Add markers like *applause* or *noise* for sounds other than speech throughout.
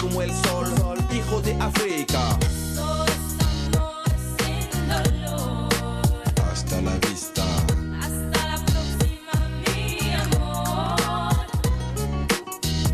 como el sol, hijo de África. Esto es amor sin dolor. Hasta la vista. Hasta la próxima, mi amor.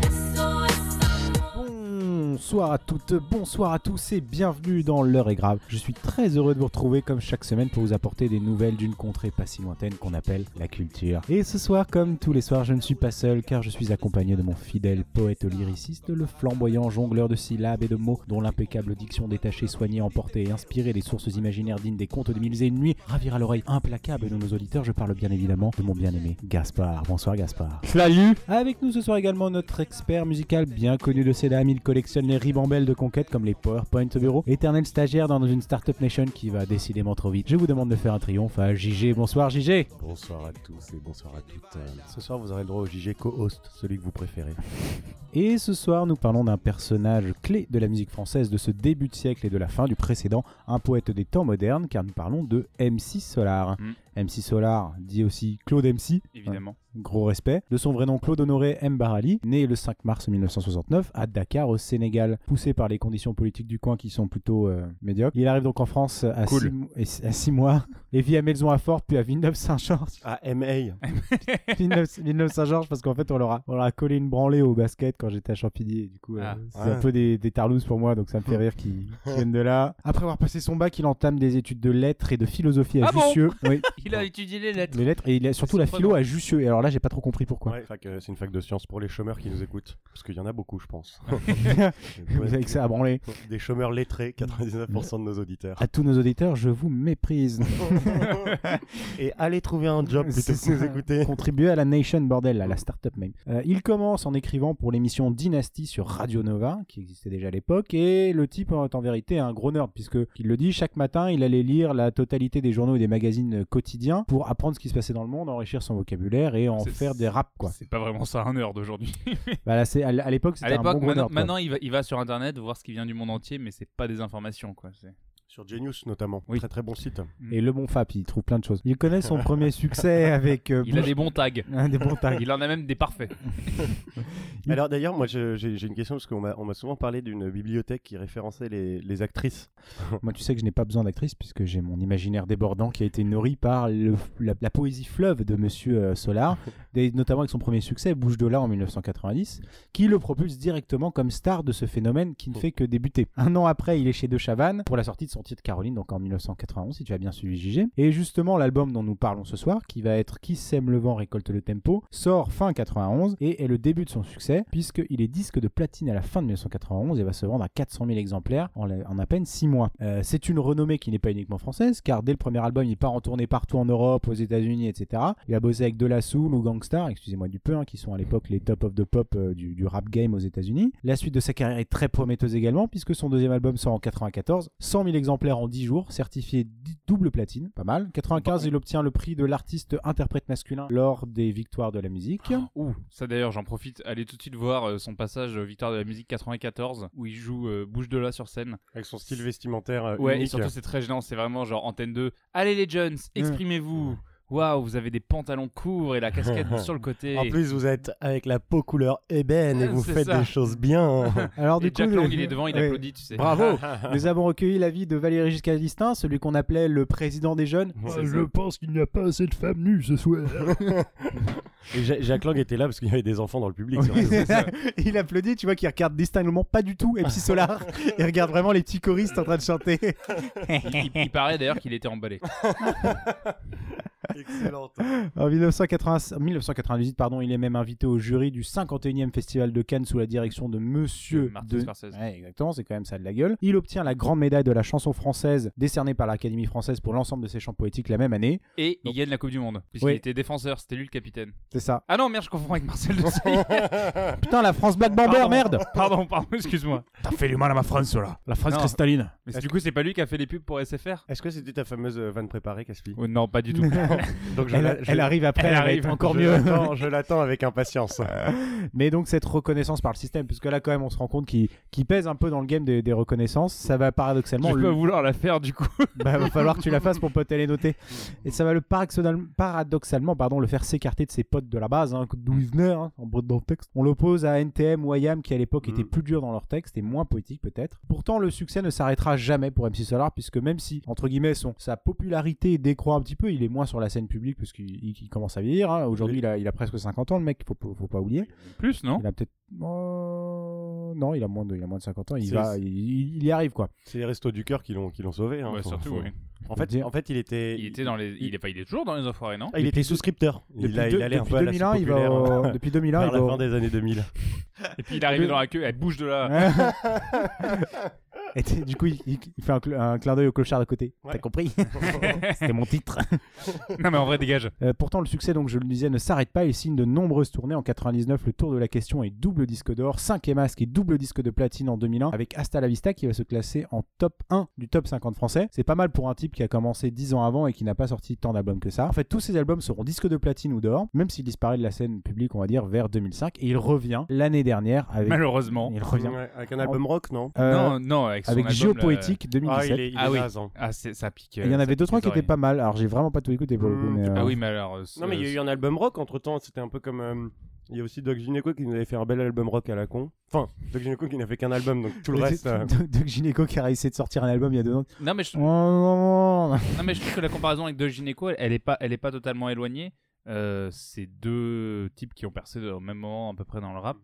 Esto es amor. Bonsoir à toutes, bonsoir à tous et bienvenue dans L'heure est grave. Je suis très heureux de vous retrouver comme chaque semaine pour vous apporter des nouvelles d'une contrée pas si lointaine qu'on appelle la culture. Et ce soir, comme tous les soirs, je ne suis pas seul car je suis accompagné de mon fidèle poète lyriciste, le flamboyant jongleur de syllabes et de mots dont l'impeccable diction détachée, soignée, emportée et inspirée des sources imaginaires dignes des contes de mille et une nuits ravira l'oreille implacable de nos auditeurs. Je parle bien évidemment de mon bien-aimé Gaspard. Bonsoir Gaspard. Salut Avec nous ce soir également notre expert musical bien connu de ces dames. Il collectionne les ribambelles de conquête comme les PowerPoint au bureau. Éternel stagiaire dans une Startup Nation qui va décidément trop vite. Je vous demande de faire un triomphe à JG. Bonsoir JG Bonsoir à tous et bonsoir à toutes. Euh, Ce soir, vous aurez le droit au JG co-host, celui que vous préférez. *laughs* Et ce soir, nous parlons d'un personnage clé de la musique française de ce début de siècle et de la fin du précédent. Un poète des temps modernes car nous parlons de MC Solar. Mm. MC Solar dit aussi Claude MC. Évidemment. Gros respect. De son vrai nom, Claude Honoré M. Barali, né le 5 mars 1969 à Dakar, au Sénégal. Poussé par les conditions politiques du coin qui sont plutôt euh, médiocres, il arrive donc en France euh, à Cool. 6 mo- et- à six mois *laughs* et vit à Melzon à Fort, puis à Villeneuve-Saint-Georges. *laughs* Ah, MA. Villeneuve- Villeneuve-Saint-Georges, parce qu'en fait, on leur, a, on leur a collé une branlée au basket quand j'étais à Champigny. Et du coup, euh, Ah. c'est Ouais. un peu des, des tarlouses pour moi, donc ça me fait rire qu'ils qu'ils viennent de là. Après avoir passé son bac, il entame des études de lettres et de philosophie à Ah bon Jussieu. oui, Il a étudié *laughs* les lettres. les lettres, et il a surtout C'est la pas philo à Jussieu. Et alors là, j'ai pas trop compris pourquoi. Ouais, fac, euh, c'est une fac de sciences pour les chômeurs qui nous écoutent. Parce qu'il y en a beaucoup, je *laughs* pense. *laughs* Vous avez que ça à branler. Des chômeurs lettrés, 99% de nos auditeurs. À tous nos auditeurs, je vous méprise. *laughs* et allez trouver un job plutôt C'est que de nous ça. écouter. Contribuez à la Nation, bordel, à la startup même. Euh, il commence en écrivant pour l'émission Dynasty sur Radio Nova, qui existait déjà à l'époque, et le type est en vérité un gros nerd, puisque, il le dit, chaque matin, il allait lire la totalité des journaux et des magazines euh, quotidiens pour apprendre ce qui se passait dans le monde, enrichir son vocabulaire et en C'est- faire des raps, *laughs* quoi. C'est pas vraiment ça un heure d'aujourd'hui. Bah, là, c'est- à l- à l'époque, À c'était un bon l'époque, gros maintenant, nerd, quoi. maintenant, il, va, il va sur internet voir ce qui vient du monde entier, mais c'est pas des informations quoi. c'est- Sur Genius, notamment. Oui. Très très bon site. Et le bon Fap, il trouve plein de choses. Il connaît son *laughs* premier succès avec... euh, Il a Bouche- des bons tags. un des bons tags. Il en a même des parfaits. Alors d'ailleurs, moi je- j'ai j'ai une question parce qu'on m'a on m'a souvent parlé d'une bibliothèque qui référençait les, les actrices. Moi, tu sais que je n'ai pas besoin d'actrice puisque j'ai mon imaginaire débordant qui a été nourri par le- la, la poésie fleuve de Monsieur euh, Solar, et notamment avec son premier succès, Bouche de là en 1990, qui le propulse directement comme star de ce phénomène qui ne fait que débuter. Un an après, il est chez De Chavannes pour la sortie de son titre Caroline, donc en 1991, si tu as bien suivi JG. Et justement, l'album dont nous parlons ce soir, qui va être Qui sème le vent récolte le tempo, sort fin 91 et est le début de son succès, puisqu'il est disque de platine à la fin de 1991 et va se vendre à 400 000 exemplaires en, la- en à peine 6 mois. Euh, c'est une renommée qui n'est pas uniquement française, car dès le premier album, il part en tournée partout en Europe, aux États-Unis, etc. Il a bossé avec De La Soul ou Gangstar, excusez-moi du peu, hein, qui sont à l'époque les top of the pop euh, du, du rap game aux États-Unis. La suite de sa carrière est très prometteuse également, puisque son deuxième album sort en 94, 100 000 exemplaires en 10 jours, certifié di- double platine, pas mal. 95, il obtient le prix de l'artiste interprète masculin lors des victoires de la musique. Ouh, ça d'ailleurs, j'en profite. Allez tout de suite voir euh, son passage euh, Victoire de la musique 94, où il joue euh, Bouche de là sur scène. Avec son style vestimentaire euh, Ouais, et unique. surtout, c'est très gênant. C'est vraiment genre antenne 2. Allez les jeunes, exprimez-vous. Waouh, vous avez des pantalons courts et la casquette sur le côté. En plus, vous êtes avec la peau couleur ébène et Ah, vous c'est faites ça. des choses bien. *laughs* Alors, Et Jack le- Lang, il est devant, il Ouais. applaudit, tu sais. *laughs* Bravo Nous avons recueilli l'avis de Valéry Giscard d'Estaing, celui qu'on appelait le président des jeunes. C'est ça. pense qu'il n'y a pas assez de femmes nues ce soir. Et Ja- Jacques Lang était là parce qu'il y avait des enfants dans le public. surtout. *laughs* il applaudit, tu vois qu'il regarde distinctement pas du tout MC Solar. il regarde vraiment les petits choristes en train de chanter. il, il paraît d'ailleurs qu'il était emballé. *laughs* Excellente. En 1980 1998, pardon, il est même invité au jury du 51e Festival de Cannes sous la direction de Monsieur De Martin de... Scorsese. Ouais, exactement, c'est quand même ça de la gueule. Il obtient la grande médaille de la chanson française décernée par l'Académie française pour l'ensemble de ses chants poétiques la même année. Et Donc- il gagne la Coupe du Monde, puisqu'il Oui. était défenseur, c'était lui le capitaine. C'est ça. Ah non, merde, je confonds avec *laughs* Marcel Desailly. Putain, la France Black Bomber, Pardon. merde pardon, pardon, excuse-moi. T'as fait du mal à ma France, là. La France *laughs* Non. cristalline. Mais du coup, c'est pas lui qui a fait les pubs pour SFR Est-ce que c'était ta fameuse euh, vanne préparée, Caspi Oh, Non, pas du tout. Donc je Elle, la- je- elle arrive après, elle elle va arrive être encore je *laughs* mieux. l'attends- Je l'attends avec impatience. Mais donc cette reconnaissance par le système, puisque là quand même on se rend compte qu'il qu'il pèse un peu dans le game des, des reconnaissances, ça va paradoxalement... Je le- peux vouloir la faire du coup. bah, va falloir que tu la fasses pour pas t'aller noter. Et ça va le paradoxal- paradoxalement pardon, le faire s'écarter de ses potes de la base, hein, d'où il venait, hein, en brut dans le texte. On l'oppose à NTM ou IAM qui à l'époque Mm. étaient plus durs dans leur texte et moins poétiques peut-être. Pourtant, le succès ne s'arrêtera jamais pour MC Solar puisque même si, entre guillemets, son, sa popularité décroît un petit peu, il est moins sur la scène publique parce qu'il il- il commence à vieillir. hein. Aujourd'hui, Oui. il a, il a presque 50 ans, le mec, faut, faut- faut pas oublier. Plus, non Il a peut-être. Oh, non, il a, moins de, il a moins de 50 ans, il, C'est- va, il, il y arrive quoi. C'est les restos du cœur qui l'ont qui l'ont sauvé. hein. Ouais, Faut- surtout, faut- oui. Faut En fait, dire. en fait, il était. Il était dans les. Il est, pas- il est toujours dans les enfoirés, non Ah, il était souscripteur. Depuis, Il a, deux- il allait un depuis peu à la 2001, il va populaire, au- hein, depuis 2001, *laughs* vers il va la au- fin des années 2000. Et puis il est arrivé dans la queue, elle bouge de là. Et t- du coup, il, il- il fait un, cl- un clin d'œil au clochard d'à côté. Ouais. T'as *laughs* compris C'était mon titre. Non, mais en vrai, dégage. Euh, pourtant, le succès, donc je le disais, ne s'arrête pas. Il signe de nombreuses tournées. En 99, le tour de la question est double disque d'or, 5 et masque et double disque de platine en 2001, avec Hasta la Vista qui va se classer en top 1 du top 50 français. C'est pas mal pour un type qui a commencé 10 ans avant et qui n'a pas sorti tant d'albums que ça. En fait, tous ses albums seront disque de platine ou d'or, même s'il disparaît de la scène publique, on va dire, vers 2005. Et il revient l'année dernière avec. Malheureusement. Il revient. Ouais, avec un album rock, non Euh, non, non, avec, son avec album, Géopoétique Ah, 2017. il est, il est Ah oui. naze, hein. là. Ah, c'est- ça pique. Et Il y en avait deux trois qui étaient étaient pas mal. Alors j'ai vraiment pas tout écouté pour le coup. Hmm, mais, tu euh, Ah oui, mais alors. euh, Non, mais il y a eu un album rock entre temps. C'était un peu comme. euh, Il y a aussi Doc Gineco qui nous avait fait un bel album rock à la con. Enfin, Doc Gineco qui n'a fait qu'un album, donc tout le mais reste. c'est- euh, Doc Gineco qui a réussi de sortir un album il y a deux ans. Non, mais je, Oh, non, non, non. non, mais je trouve que la comparaison avec De Gineco, elle, elle est pas, elle est pas totalement éloignée. Euh, c'est deux types qui ont percé au même moment, à peu près dans le rap,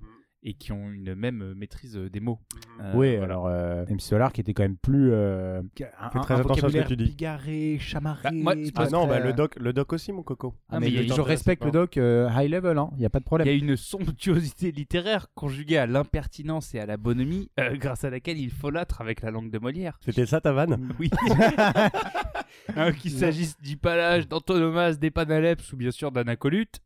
et qui ont une même euh, maîtrise euh, des mots. Euh, oui, voilà. alors euh, MC Solar qui était quand même plus. Euh, Fais très attention à ce que tu dis. bigarré, chamarré. Bah, moi, c'est pas Ah non, très- euh, bah, le, doc, le doc aussi, mon coco. Ah, Ah, mais mais il y a je une- t'intéresse respecte pas. le doc euh, high level, hein. Il y a pas de Il problème. y a une somptuosité littéraire conjuguée à l'impertinence et à la bonhomie, euh, grâce à laquelle il folâtre avec la langue de Molière. C'était ça ta vanne Oui. Hein, Qu'il s'agisse d'Hippalage, d'Antonomas, d'Epanalepse ou bien sûr d'Anacolute.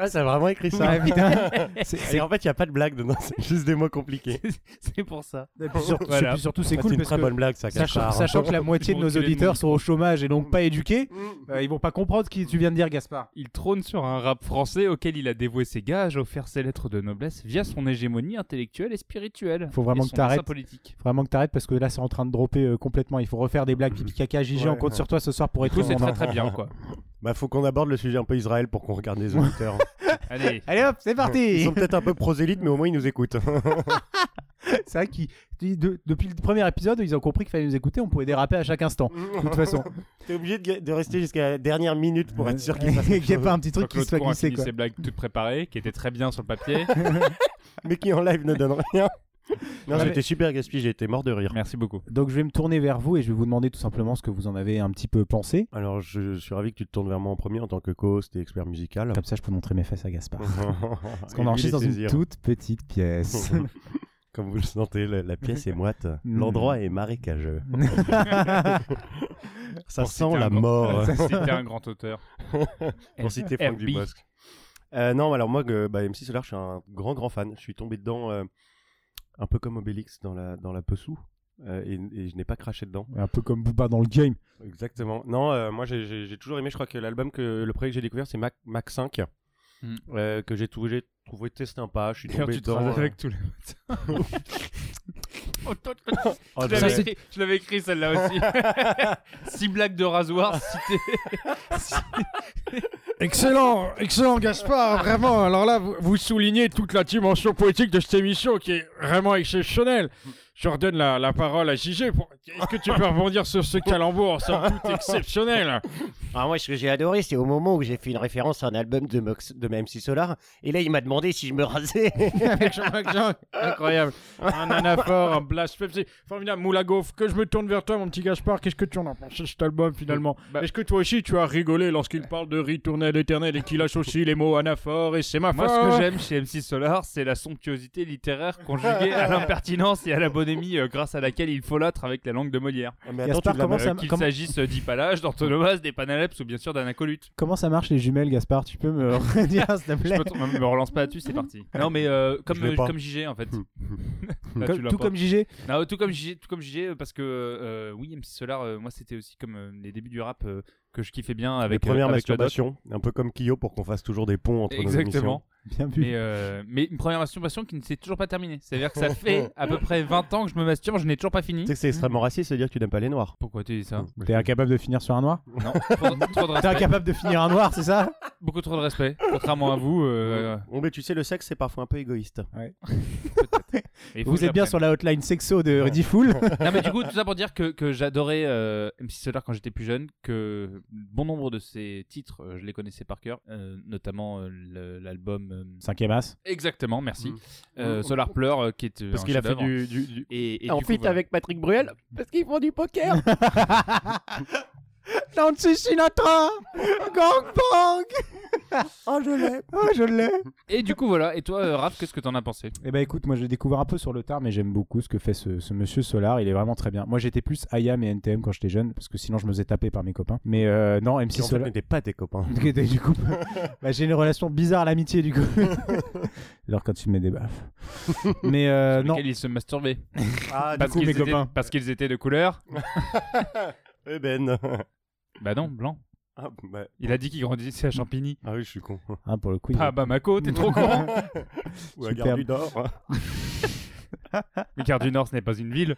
Ah, c'est vraiment écrit *laughs* ça. Ah, putain. C'est- Et en fait, il n'y a pas de blague dedans, c'est juste des mots compliqués. *laughs* C'est pour ça. Et puis sur- Voilà. et puis surtout, c'est Ah, cool une parce très que bonne blague, ça, sachant, Gaspard. sachant *laughs* que la moitié de vont nos enculer le auditeurs monde. sont au chômage et donc pas éduqués, euh, ils vont pas comprendre ce que tu viens de dire, Gaspard. Il trône sur un rap français auquel il a dévoué ses gages, offert ses lettres de noblesse via son hégémonie intellectuelle et spirituelle. Faut vraiment Et que son t'arrêtes. dessein politique. Faut vraiment que t'arrêtes parce que là c'est en train de dropper euh, complètement. Il faut refaire des blagues pipi caca Gigi Ouais. on compte sur toi ce soir pour Du être coup, c'est en- très très bien quoi. Bah, faut qu'on aborde le sujet un peu Israël pour qu'on regarde *laughs* les auditeurs. Allez, Allez hop, c'est Ils parti sont peut-être un peu prosélytes, mais au moins ils nous écoutent. *laughs* C'est vrai qu'ils de- depuis le premier épisode, ils ont compris qu'il fallait nous écouter, on pouvait déraper à chaque instant. De toute façon, T'es obligé de, de rester jusqu'à la dernière minute *laughs* pour *laughs* être sûr qu'il fasse qu'il *laughs* quelque n'y a chose, pas un petit truc qui Claude se fait Cour a glisser fini quoi. ses blagues toutes préparées, qui étaient très bien sur *laughs* le papier. mais qui en live ne donne *laughs* rien. Non, Ouais, j'étais mais- super gaspillé, j'étais mort de rire. Merci beaucoup. Donc je vais me tourner vers vous et je vais vous demander tout simplement ce que vous en avez un petit peu pensé. Alors, je, je suis ravi que tu te tournes vers moi en premier en tant que co-host et expert musical. Comme ça, je peux montrer mes fesses à Gaspard. Parce Parce *laughs* qu'on enregistre dans une toute petite *laughs* pièce. Comme vous le sentez, la, la pièce est moite. Mm. L'endroit est marécageux. *laughs* Ça Pour sent citer la un *laughs* grand- *laughs* mort. C'était un grand auteur. *laughs* Pour citer Franck FB. Dubosc. Euh, non, alors moi, que- bah, MC Solar, je suis un grand, grand fan. Je suis tombé dedans euh, un peu comme Obélix dans la, dans la Pessou. euh, et, et je n'ai pas craché dedans. un peu comme Booba dans le game. Exactement. Non, euh, moi j'ai- j'ai j'ai toujours aimé. Je crois que l'album que le premier que j'ai découvert, c'est Mac, Mac 5, Hmm. euh, que j'ai trouvé, j'ai trouvé très sympa. Je suis D'ailleurs, tombé tu dedans. travailles euh. avec tous les *laughs* *laughs* matins. Oh, Ah, Je de- bah, l'avais écrit- je l'avais écrit celle-là *laughs* aussi. Six blagues de rasoir citées. Excellent, excellent Gaspard, vraiment. Alors là, vous, vous soulignez toute la dimension poétique de cette émission qui est vraiment exceptionnelle. Je redonne la, la parole à JG. pour- Est-ce que tu peux rebondir sur ce calembour C'est tout exceptionnel. Ah, moi, ce que j'ai adoré, c'est au moment où j'ai fait une référence à un album de, Mox, de MC Solar, et là, il m'a demandé si je me rasais. Avec Jean-Marc Jean, incroyable. Un anaphore, un blasphème, c'est formidable. Moulagov, que je me tourne vers toi, mon petit Gaspard. Qu'est-ce que tu en as pensé de cet album finalement Bah- Est-ce que toi aussi tu as rigolé lorsqu'il parle de ritourner à l'éternel et qu'il lâche aussi les mots anaphore et c'est ma Moi, ce que j'aime chez MC Solar, c'est la somptuosité littéraire *laughs* conjuguée à l'impertinence et à la bonhomie euh, grâce à laquelle il folâtre avec la langue de Molière. *laughs* Ah, mais attends, Gaspard, tu l'as- comment Euh, ça- Qu'il s'agisse euh, d'Hippalage, d'Antonomas, d'Epanalepse ou bien sûr d'Anacolute. Comment ça marche les jumelles, Gaspard Tu peux me *laughs* redire, s'il te Je plaît me, me relance pas là-dessus, c'est *laughs* parti. Non, mais euh, comme, Je l'ai euh, pas. Hum. comme JG en fait. *laughs* Là, tu Comme- l'as tout pas. comme JG. Non, tout comme JG, tout comme JG, euh, parce que euh, oui, MC Solar, euh, moi c'était aussi comme euh, les débuts du rap, euh, que je kiffais bien Avec avec, euh, première avec le doc. masturbation, un peu comme Kyo pour qu'on fasse toujours des ponts entre Exactement. Bien vu. Mais, euh, mais une première masturbation qui ne s'est toujours pas terminée. C'est-à-dire *laughs* que ça fait à peu près 20 ans que je me masturbe, je n'ai toujours pas fini. Tu sais que c'est extrêmement raciste de dire que tu n'aimes pas les noirs. Pourquoi tu dis Ah, ça bah, T'es incapable de finir sur un noir Non, trop, trop de *laughs* T'es respect. incapable de finir un noir, c'est ça Beaucoup trop de respect. Contrairement à vous, euh, Bon, mais tu sais, le sexe, c'est parfois un peu égoïste. il faut que Vous êtes bien j'apprenne. sur la hotline sexo de Ready Fool. Non, mais du coup, tout ça pour dire que, que j'adorais euh, MC Solar quand j'étais plus jeune, que bon nombre de ses titres, euh, je les connaissais par cœur, euh, notamment euh, le- l'album. euh, Cinquième as. Exactement, merci. Euh, Solar Pleure, euh, qui est. euh, Mm. Parce un qu'il a fait chef-d'œuvre. du. du, du- Et, et en du coup, feat voilà. avec Patrick Bruel, parce qu'ils font du poker. Nancy Sinatra Gangbang Oh, je l'ai Oh, je l'ai Et du coup, voilà. Et toi, euh, Raph, qu'est-ce que t'en as pensé Eh ben écoute, moi je l'ai découvert un peu sur le tard, mais j'aime beaucoup ce que fait ce, ce monsieur Solar. Il est vraiment très bien. Moi j'étais plus IAM et NTM quand j'étais jeune, parce que sinon je me faisais taper par mes copains. Mais euh, non, MC Si *laughs* on Solar. n'était pas tes copains. Ok, donc, du coup, *laughs* bah, j'ai une relation bizarre à l'amitié du coup. Alors quand tu me mets des baffes. Mais euh, non. Lequel ils se masturbaient *laughs* Ah, Parce coup, qu'ils mes étaient- copains. Parce qu'ils étaient de couleur Ben. *laughs* Bah non, blanc. Ah, bah, Il a dit qu'il grandissait à Champigny. ah oui, je suis *laughs* con. Ah, pour le coup. il- Ah bah Mako, t'es trop *laughs* con Ou à Superbe. Gare du Nord. Mais Gare du Nord, ce n'est pas une ville.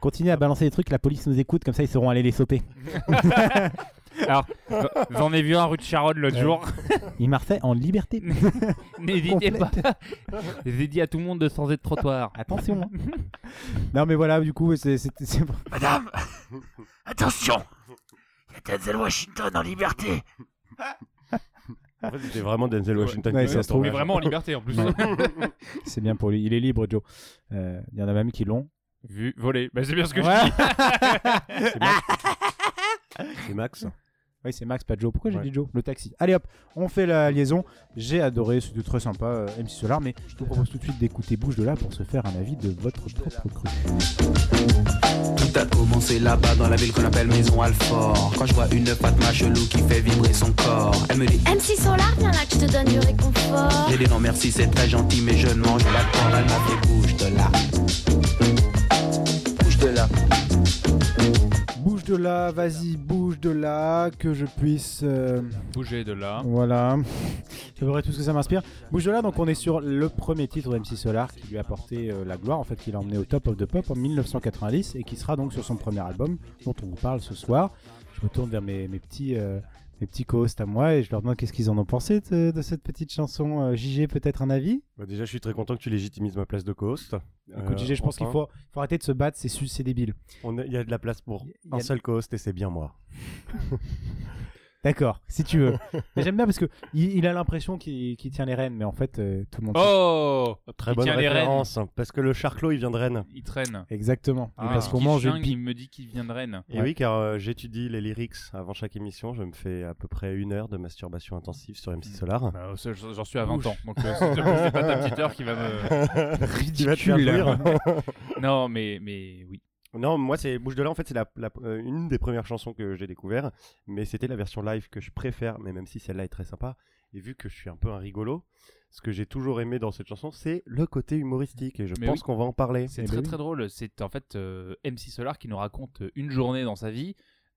Continuez à balancer des trucs, la police nous écoute, comme ça ils seront allés les sauter. Alors, j'en ai vu un rue de Charonne l'autre jour. *laughs* Ils marchaient en liberté. N'hésitez pas. Complète. J'ai dit à tout le monde de changer de trottoir. Attention. hein. non mais voilà, du coup, c'est... c'est- c'est- Madame *laughs* Attention Il y a Denzel Washington en liberté En fait, c'était vraiment Denzel Washington. Ouais, ça se trouve. Mais vraiment en liberté en plus. c'est bien pour lui. Il est libre, Joe. Euh, Il y en a même qui l'ont. *laughs* Vu, volé. Bah, c'est bien ce que Ouais. je dis. *laughs* C'est Max. Oui, c'est Max, pas Joe. Pourquoi j'ai Ouais. dit Joe Le taxi. Allez hop, on fait la liaison. J'ai adoré, c'était très sympa, euh, MC Solar, mais je vous propose tout de suite d'écouter Bouge de là pour se faire un avis de votre propre cru. Tout a commencé là-bas dans la ville qu'on appelle Maison Alfort Quand je vois une Fatma chelou qui fait vibrer son corps Elle me dit M6 Solar, viens là que je te donne du réconfort. J'ai dit non merci c'est très gentil mais je ne mange pas de porc Elle m'a fait bouge de là Bouge de là Bouge de là, vas-y, bouge de là, que je puisse... euh, Bougez de *laughs* là. Voilà. Je verrai tout ce que ça m'inspire. Bouge de là, donc on est sur le premier titre de MC Solar qui lui a apporté euh, la gloire, en fait, qui l'a emmené au top of the pop en 1990 et qui sera donc sur son premier album dont on vous parle ce soir. Je me tourne vers mes, mes petits. euh, mes petits co-hosts à moi et je leur demande qu'est-ce qu'ils en ont pensé de, de cette petite chanson. Euh, JG, peut-être un avis Bah, déjà, je suis très content que tu légitimises ma place de co-host. Écoute, Euh, JG, je pense enfin, qu'il faut, faut arrêter de se battre, c'est sus, c'est débile. on a- Il y a de la place pour Il y a- un seul co-host et c'est bien moi. D'accord, si tu *laughs* veux. mais j'aime bien parce que il, il a l'impression qu'il qu'il tient les rênes, mais en fait, euh, tout le monde. Oh Très Il bonne tient les référence. hein, Parce que le Charclot, il vient de Rennes. Il traîne. Exactement. Et Ah, parce qu'on qui mange flingue, une pipe. Il me dit qu'il vient de Rennes. Et Ouais. oui, car euh, j'étudie les lyrics avant chaque émission. Je me fais à peu près une heure de masturbation intensive sur MC *laughs* Solar. Bah, ça, J'en suis à 20 ans. Donc, *laughs* euh, s'il te plaît, c'est pas ta petite heure qui va me. *laughs* Tu vas te faire Ridicule. jouir. Non, mais, mais oui. Non, moi, c'est Bouche de là. En fait, c'est la, la- euh, une des premières chansons que j'ai découvert, mais c'était la version live que je préfère. Mais même si celle-là est très sympa, et vu que je suis un peu un rigolo, ce que j'ai toujours aimé dans cette chanson, c'est le côté humoristique. Et je Mais pense oui. qu'on va en parler. C'est Eh très ben oui. très drôle. C'est en fait euh, MC Solar qui nous raconte euh, une journée dans sa vie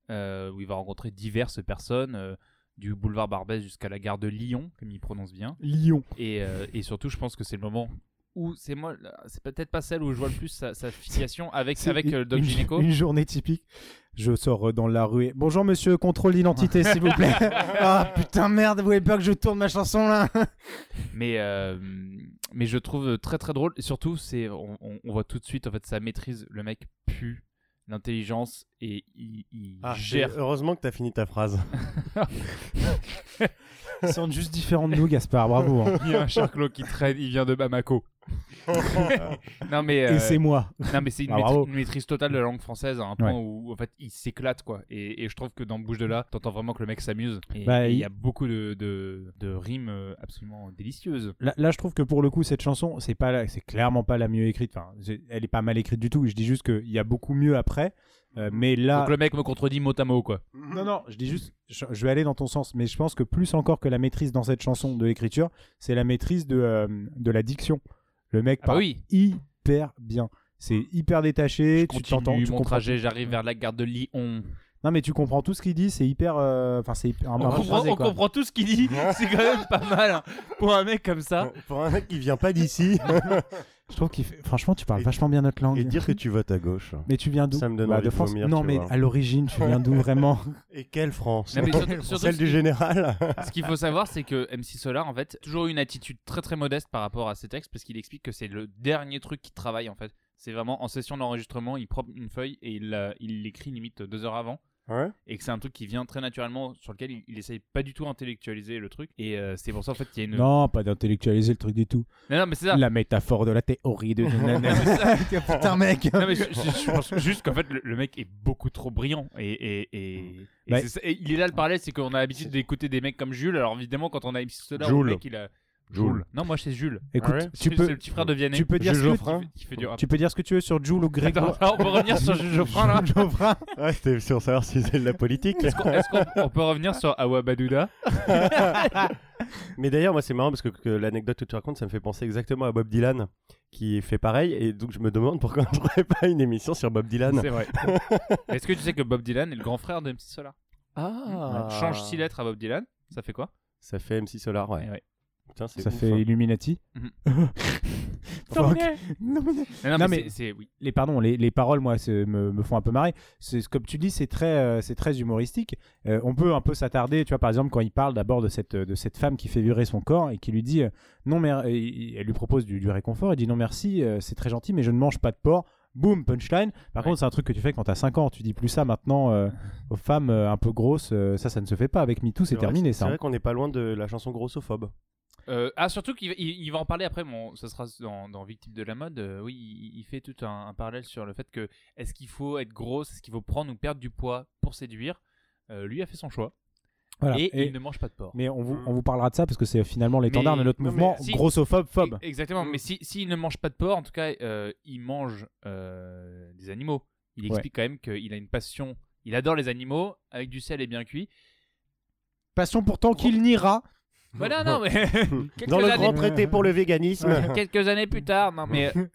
euh, où il va rencontrer diverses personnes. euh, du boulevard Barbès jusqu'à la gare de Lyon, comme il prononce bien. Lyon. Et, euh, et surtout, je pense que c'est le moment où c'est moi, c'est peut-être pas celle où je vois le plus sa, sa filiation avec, C'est avec une- euh, Doc une, *laughs* Gynéco. Une journée typique. Je sors euh, dans la rue. et- Bonjour monsieur, contrôle d'identité s'il vous *laughs* plaît. Ah putain merde, vous voulez pas que je tourne ma chanson là *laughs* Mais, euh, mais je trouve très très drôle. Et surtout, c'est, on, on- on voit tout de suite en fait sa maîtrise. Le mec pue l'intelligence et il, il Ah, gère. j'ai- Heureusement que t'as fini ta phrase. Ils sont juste différents de nous, Gaspard, bravo. hein. Il y a un charclot qui traîne, il vient de Bamako. non mais euh, Et c'est moi. non mais c'est une, Ah, maîtri- bravo. une maîtrise totale de la langue française à un point où en fait il s'éclate quoi. Et, et je trouve que dans Bouche de là, t'entends vraiment que le mec s'amuse. Et et il Bah, il- y a beaucoup de, de, de rimes euh, absolument délicieuses. Là, là, je trouve que pour le coup, cette chanson, c'est pas, la- c'est clairement pas la mieux écrite. Enfin, j'ai- elle est pas mal écrite du tout. Je dis juste qu'il y a beaucoup mieux après. Euh, mais là, Donc le mec me contredit mot à mot quoi. Non, non, je dis juste, je, je vais aller dans ton sens, mais je pense que plus encore que la maîtrise dans cette chanson de l'écriture, c'est la maîtrise de, euh, de la diction. Le mec Ah bah parle oui. hyper bien. C'est hyper détaché, Je tu t'entends, continue tu mon comprends. Ah, trajet, j'arrive vers la gare de Lyon. Non, mais tu comprends tout ce qu'il dit, c'est hyper. euh, Enfin, c'est hyper- un On brin comprend, phrasé, on quoi. comprend tout ce qu'il dit, c'est quand même pas mal hein, pour un mec comme ça. Pour un mec qui vient pas *laughs* d'ici Je trouve qu'il fait- Franchement, tu parles Et- vachement bien notre langue. et dire que tu votes à gauche. Mais tu viens d'où Ça me donne Bah, envie de de France. vomir, non, tu mais vois. à l'origine, tu viens d'où vraiment Et quelle France Non, mais surtout- surtout Celle ce du qui- général *laughs* Ce qu'il faut savoir, c'est que MC Solar, en fait, toujours eu une attitude très très modeste par rapport à ses textes, parce qu'il explique que c'est le dernier truc qu'il travaille, en fait. C'est vraiment en session d'enregistrement, il prend une feuille et il euh, il l'écrit limite deux heures avant. *laughs* Ouais. Et que c'est un truc qui vient très naturellement, sur lequel il, il essaye pas du tout intellectualiser le truc. Et euh, c'est pour ça, en fait, qu'il y a une. Non, pas d'intellectualiser le truc du tout. non, non, mais c'est ça. La métaphore de la théorie de. *laughs* Putain, mec Non, mais je, je- je pense juste qu'en fait, le, le mec est beaucoup trop brillant. Et, et, et, et Bah, c'est ça- et il est là le parallèle, c'est qu'on a l'habitude d'écouter des mecs comme Jules. Alors évidemment, quand on a MC Solar, Jules. le mec il a. Jules. Non, moi c'est Jules. Écoute, Ah ouais tu, C'est- peux, C'est le petit frère de Vianney. tu peux dire Jules ce que Geoffrin. tu- Qui, fait du rap. tu peux dire ce que tu veux sur Jules ou Attends, Grégoire. on peut revenir sur Jules Geoffrin là Jules Geoffrin. Ouais, c'était sur savoir si c'est de la politique. Est-ce qu'on- est-ce qu'on on peut revenir sur Awabadouda Mais d'ailleurs, moi, c'est marrant parce que, que l'anecdote que tu racontes, ça me fait penser exactement à Bob Dylan, qui fait pareil. Et donc, je me demande pourquoi on ferait pas une émission sur Bob Dylan. C'est vrai. *laughs* Est-ce que tu sais que Bob Dylan est le grand frère de MC Solar Ah Change six lettres à Bob Dylan, ça fait quoi Ça fait MC Solar, ouais. Eh ouais. Putain, c'est Ça ouf, fait hein. Illuminati. *laughs* Mhm. Fuck. Non, mais- Non, non, Non, mais, mais- c'est- c'est oui. les pardon les, les paroles moi c'est- me, me font un peu marrer c'est ce- comme tu dis c'est très euh, c'est très humoristique Euh, on peut un peu s'attarder tu vois par exemple quand il parle d'abord de cette de cette femme qui fait virer son corps et qui lui dit euh, non mais euh, il- elle lui propose du, du réconfort il dit non merci euh, c'est très gentil mais je ne mange pas de porc boum punchline par Ouais. contre c'est un truc que tu fais quand t'as 5 ans tu dis plus ça maintenant *laughs* euh, aux femmes euh, un peu grosses euh, ça ça ne se fait pas avec MeToo c'est vrai- terminé ça hein. C'est vrai qu'on n'est pas loin de la chanson *laughs* grossophobe. Euh, ah, surtout qu'il va- il, il va en parler après, bon, ça sera dans, dans Victime de la mode. euh, oui, il, il fait tout un, un parallèle sur le fait que est-ce qu'il faut être grosse, est-ce qu'il faut prendre ou perdre du poids pour séduire Euh, Lui a fait son choix Voilà. et, Et- il ne mange pas de porc. mais on vous, Mm. on vous parlera de ça parce que c'est euh, finalement l'étendard Mais- de notre non, mais- mouvement si. grossophobe phobe E- Exactement, mais s'il si, s'il ne mange pas de porc, en tout cas, euh, il mange euh, des animaux. Il Ouais. explique quand même qu'il a une passion, il adore les animaux, avec du sel et *laughs* bien cuit. passion pourtant qu'il n'ira Voilà, non, mais *laughs* quelques, Dans le années, grand traité pour le véganisme. quelques années plus tard, non, mais. euh,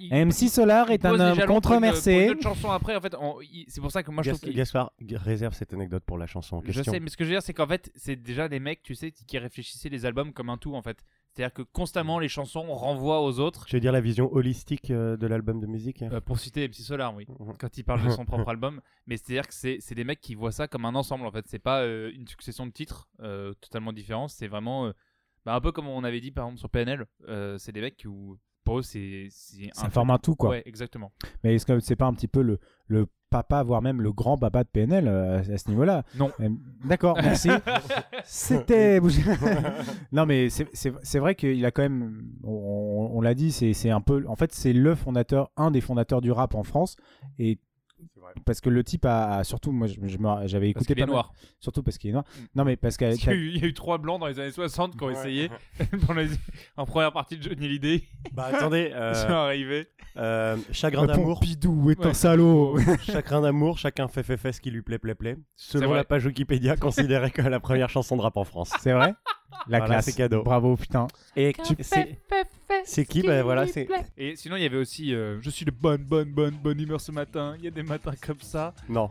il- MC Solar est il pose un des homme jalons pour une- pour controversé. une autre chanson après, en fait, on- il- c'est pour ça que moi je Gas- trouve qu'il- Gaspard, g- réserve cette anecdote pour la chanson en Je question. sais, mais ce que je veux dire, c'est qu'en fait, c'est déjà les mecs, tu sais, qui réfléchissaient les albums comme un tout, en fait. C'est-à-dire que constamment, les chansons renvoient aux autres. Je veux dire la vision holistique euh, de l'album de musique. Euh, pour citer MC Solar, oui, Mhm. quand il parle de *laughs* son propre album. Mais c'est-à-dire que c'est c'est des mecs qui voient ça comme un ensemble, en fait. C'est pas euh, une succession de titres euh, totalement différents. C'est vraiment. euh, bah, un peu comme on avait dit, par exemple, sur PNL. euh, c'est des mecs qui, où, pour eux, c'est. c'est Ça forme un tout, quoi. hein. Ouais, exactement. Mais est-ce que c'est pas un petit peu le, le papa, voire même le grand papa de PNL euh, à ce niveau-là Non. Euh, D'accord, *laughs* merci. C'était. non, mais c'est- c'est c'est vrai qu'il a quand même. On, on l'a dit, c'est c'est un peu. En fait, c'est le fondateur, un des fondateurs du rap en France. Et. Parce que le type a, a- surtout moi je- je me- j'avais Parce écouté qu'il pas est mal- Eh, noir. surtout parce qu'il est noir Mm. non mais parce Parce qu'il qu'il y a eu- Il y a eu trois blancs dans les années 60 qui *laughs* ont essayé, *laughs* dans les- en première partie de Johnny Hallyday, Bah attendez, *laughs* Euh. ils sont arrivés. euh, chagrin d'amour, Pompidou est un Ouais. salaud *laughs* chagrin d'amour, chacun fait fait fait ce qui lui plaît plaît plaît. Selon vrai. la page Wikipédia, considérée comme la première chanson de rap en France. c'est vrai la Voilà, classe c'est cadeau. bravo putain Et c'est c'est qui Ben voilà, c'est Et sinon, il y avait aussi euh, Je suis de bonne, bonne, bonne, bonne humeur ce matin. Il y a des matins comme ça. non.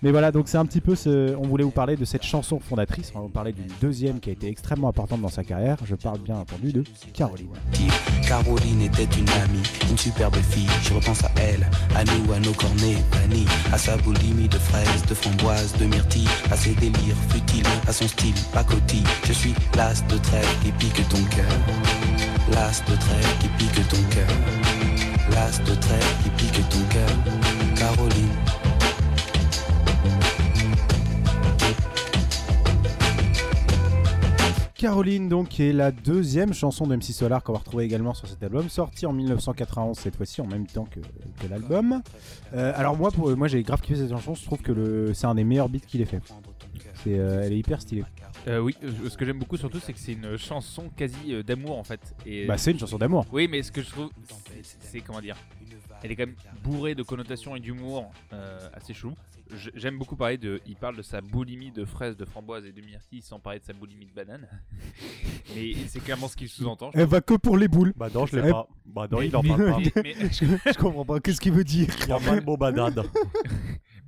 Mais voilà, donc c'est un petit peu ce. On voulait vous parler de cette chanson fondatrice. On va vous parler d'une deuxième qui a été extrêmement importante dans sa carrière. Je parle bien entendu de Caroline. Caroline était une amie, une superbe fille, je repense à elle, à nous, à nos cornets bannis, à sa boulimie de fraises, de framboises, de myrtilles, à ses délires futiles, à son style pacotille. Je suis l'as de trait qui pique ton cœur, l'as de trait qui pique ton cœur, l'as de trait qui pique ton cœur, Caroline. Caroline, donc, qui est la deuxième chanson de MC Solar qu'on va retrouver également sur cet album, sorti en 1991 cette fois-ci, en même temps que, que l'album. Euh, alors, moi, pour, moi j'ai grave kiffé cette chanson. Je trouve que le, c'est un des meilleurs beats qu'il ait fait. C'est, euh, elle est hyper stylée. oui, euh, ce que j'aime beaucoup surtout, c'est que c'est une chanson quasi euh, d'amour en fait. Et, euh, Bah, c'est une chanson d'amour. Oui, mais ce que je trouve, c'est- c'est comment dire Elle est quand même bourrée de connotations et d'humour euh, assez chelou. Je- J'aime beaucoup parler de. Il parle de sa boulimie de fraises, de framboises et de myrtilles sans parler de sa boulimie de bananes. *laughs* mais c'est clairement ce qu'il sous-entend. Elle va que pour les boules. *laughs* Bah non, je l'ai Eh, pas. Bah non, Mais- il en mais- parle pas. mais- mais- Je comprends pas. Qu'est-ce qu'il veut dire Il y a pas de bon badade.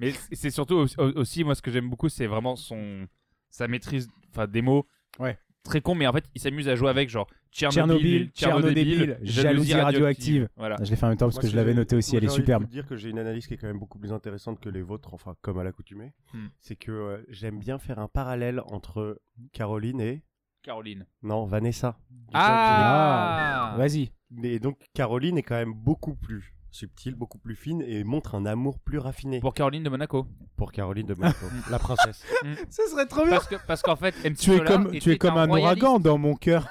Mais c- c'est surtout au- au- aussi, moi, ce que j'aime beaucoup, c'est vraiment son sa maîtrise enfin, des mots. Ouais. Très con, mais en fait, il s'amuse à jouer avec genre Tchernobyl, Tchernobyl, Tchernodébile, Tchernodébile, jalousie radioactive. Voilà. Je l'ai fait en même temps parce Moi, que c'est- je l'avais noté aussi, moi, elle est j'ai envie de superbe. vous dire que j'ai une analyse qui est quand même beaucoup plus intéressante que les vôtres, enfin comme à l'accoutumée. Hmm. C'est que euh, j'aime bien faire un parallèle entre Caroline et Caroline. non Vanessa. Du Ah, Vas-y. temps que j'ai- Et donc Caroline est quand même beaucoup plus subtile, beaucoup plus fine et montre un amour plus raffiné Pour Caroline de Monaco. pour Caroline de Monaco, la princesse. Ce serait trop Parce que parce qu'en fait, MC Oh, Tu es Solar comme, tu es était comme un royaliste. ouragan dans mon cœur.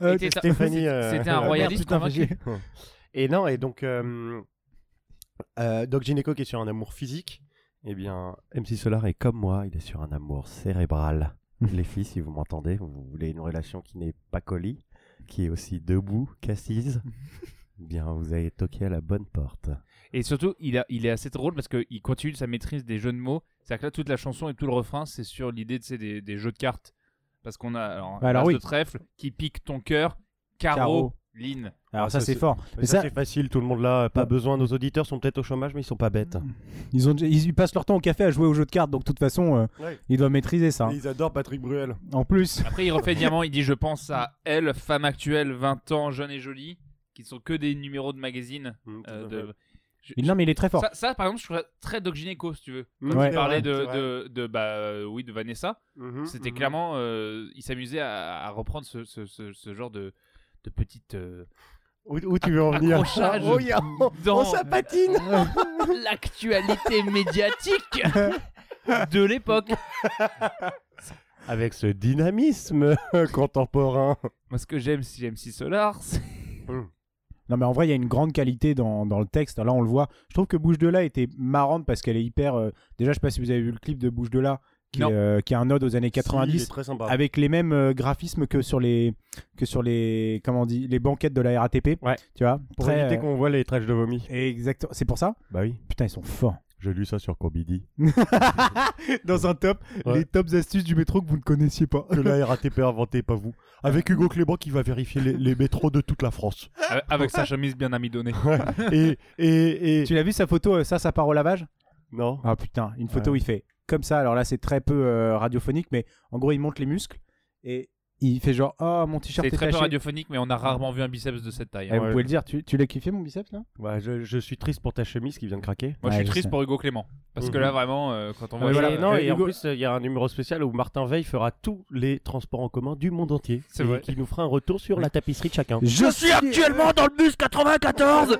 Euh, Était un- Stéphanie, euh, C'était un euh, royaliste putain, convaincu. j'ai- Et non, et donc, euh, euh, Doc Gineco qui est sur un amour physique, eh bien, MC Solar est comme moi, il est sur un amour *laughs* cérébral. Les filles, si vous m'entendez, vous voulez une relation qui n'est pas colis, qui est aussi debout *laughs* qu'assise, eh bien, vous avez toqué à la bonne porte. Et surtout, il, a, il est assez drôle parce qu'il continue sa maîtrise des jeux de mots. C'est-à-dire que là, toute la chanson et tout le refrain, c'est sur l'idée de, des, des jeux de cartes. Parce qu'on a alors, Bah alors l'as oui. de trèfle qui pique ton cœur, carreau, Caro. line. Alors ça, Ça, c'est c'est- fort. Mais ça, ça, c'est facile, tout le monde là, pas Ouais. besoin. Nos auditeurs sont peut-être au chômage, mais ils sont pas bêtes. ils, ont, ils ils passent leur temps au café à jouer aux jeux de cartes, donc de toute façon, euh, Ouais. ils doivent maîtriser ça. hein. Ils adorent Patrick Bruel. En plus, Après, il refait diamant. Il dit Je pense à elle, femme actuelle, 20 ans, jeune et jolie, qui sont que des numéros de magazine. euh, de... Je- non, mais il est très fort. Ça, ça, par exemple, je trouve ça très Doc Gynéco, si tu veux. Mmh, Quand ouais. il parlait C'est de, vrai, Mm, Mmh. de, de- bah, euh, oui, de Vanessa, C'était clairement, euh, il s'amusait à, à reprendre ce, ce- ce- ce genre de, de petite euh, Où, où tu veux en venir Accrochage. Oh, il y a- Dans- oh, ça *laughs* patine l'actualité médiatique de l'époque. Avec ce dynamisme *laughs* contemporain. Moi, ce que j'aime, si j'aime si Solar, c'est Non, mais en vrai, il y a une grande qualité dans, dans le texte. Là, on le voit. Je trouve que Bouche de là était marrante parce qu'elle est hyper. euh, Déjà, je sais pas si vous avez vu le clip de Bouche de là, qui, est, Non. euh, qui est un ode aux années Si, 90. il est très sympa. avec les mêmes euh, graphismes que sur les que sur les comment on dit les banquettes de la RATP. Ouais. Tu vois. Pour très, éviter euh, qu'on voit les trèches de vomi. Exactement. C'est pour ça. Bah oui, Putain, ils sont forts. j'ai lu ça sur *laughs* Combini. Dans un top, Ouais. les tops astuces du métro que vous ne connaissiez pas. Que la RATP a inventé, pas vous. Avec Hugo Clément qui va vérifier les, les métros de toute la France. *laughs* a- avec sa chemise bien amidonnée. Et. et, et... Tu l'as vu sa photo, euh, ça, ça part au lavage Non. Ah putain, une photo Ouais. où il fait comme ça. Alors là, c'est très peu euh, radiophonique, mais en gros, il monte les muscles et il fait genre Oh, mon t-shirt C'est est très peu taché. radiophonique, mais on a rarement vu un biceps de cette taille. Eh, hein. Vous Ouais. pouvez le dire, tu, tu l'as kiffé mon biceps là Bah, je, je suis triste pour ta chemise qui vient de craquer. Moi, je Ouais, suis je triste sais. pour Hugo Clément. Parce que Mhm. là, vraiment, euh, quand on voit. et ça, non, euh, et en Hugo- plus, il y a un numéro spécial où Martin Veil fera tous les transports en commun du monde entier. C'est Et vrai. Qui nous fera un retour sur la tapisserie de chacun. Je suis euh, actuellement dans le bus 94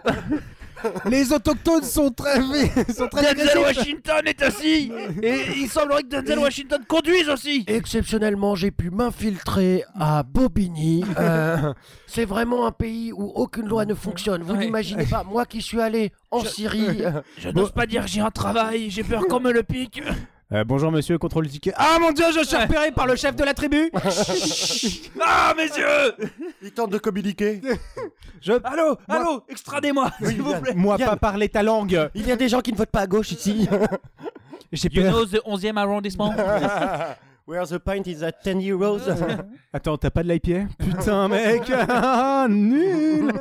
Les autochtones sont très *laughs* sont très Washington est assis Et il semblerait que Denzel Washington conduise aussi Exceptionnellement, j'ai pu m'infiltrer à *laughs* Bobigny. Euh, C'est vraiment un pays où aucune loi ne fonctionne, vous Ouais. n'imaginez pas. Moi qui suis allé en Syrie, euh, *laughs* Je n'ose pas dire que j'ai un travail, j'ai peur qu'on me *laughs* le pique. Euh, bonjour monsieur, contrôle du ticket. Ah mon dieu, je suis repéré par le chef de la *laughs* *laughs* tribu Ah, mes yeux Il tente de *laughs* communiquer. Je... Allô, Allô, extradez-moi, s'il vous plaît. Moi pas parler ta langue il y a des gens qui ne votent pas à gauche *laughs* ici. J'ai You peur. know the 11e arrondissement Where the pint is at 10 euros. Attends, t'as pas de l'IPA Putain mec Ah, Nul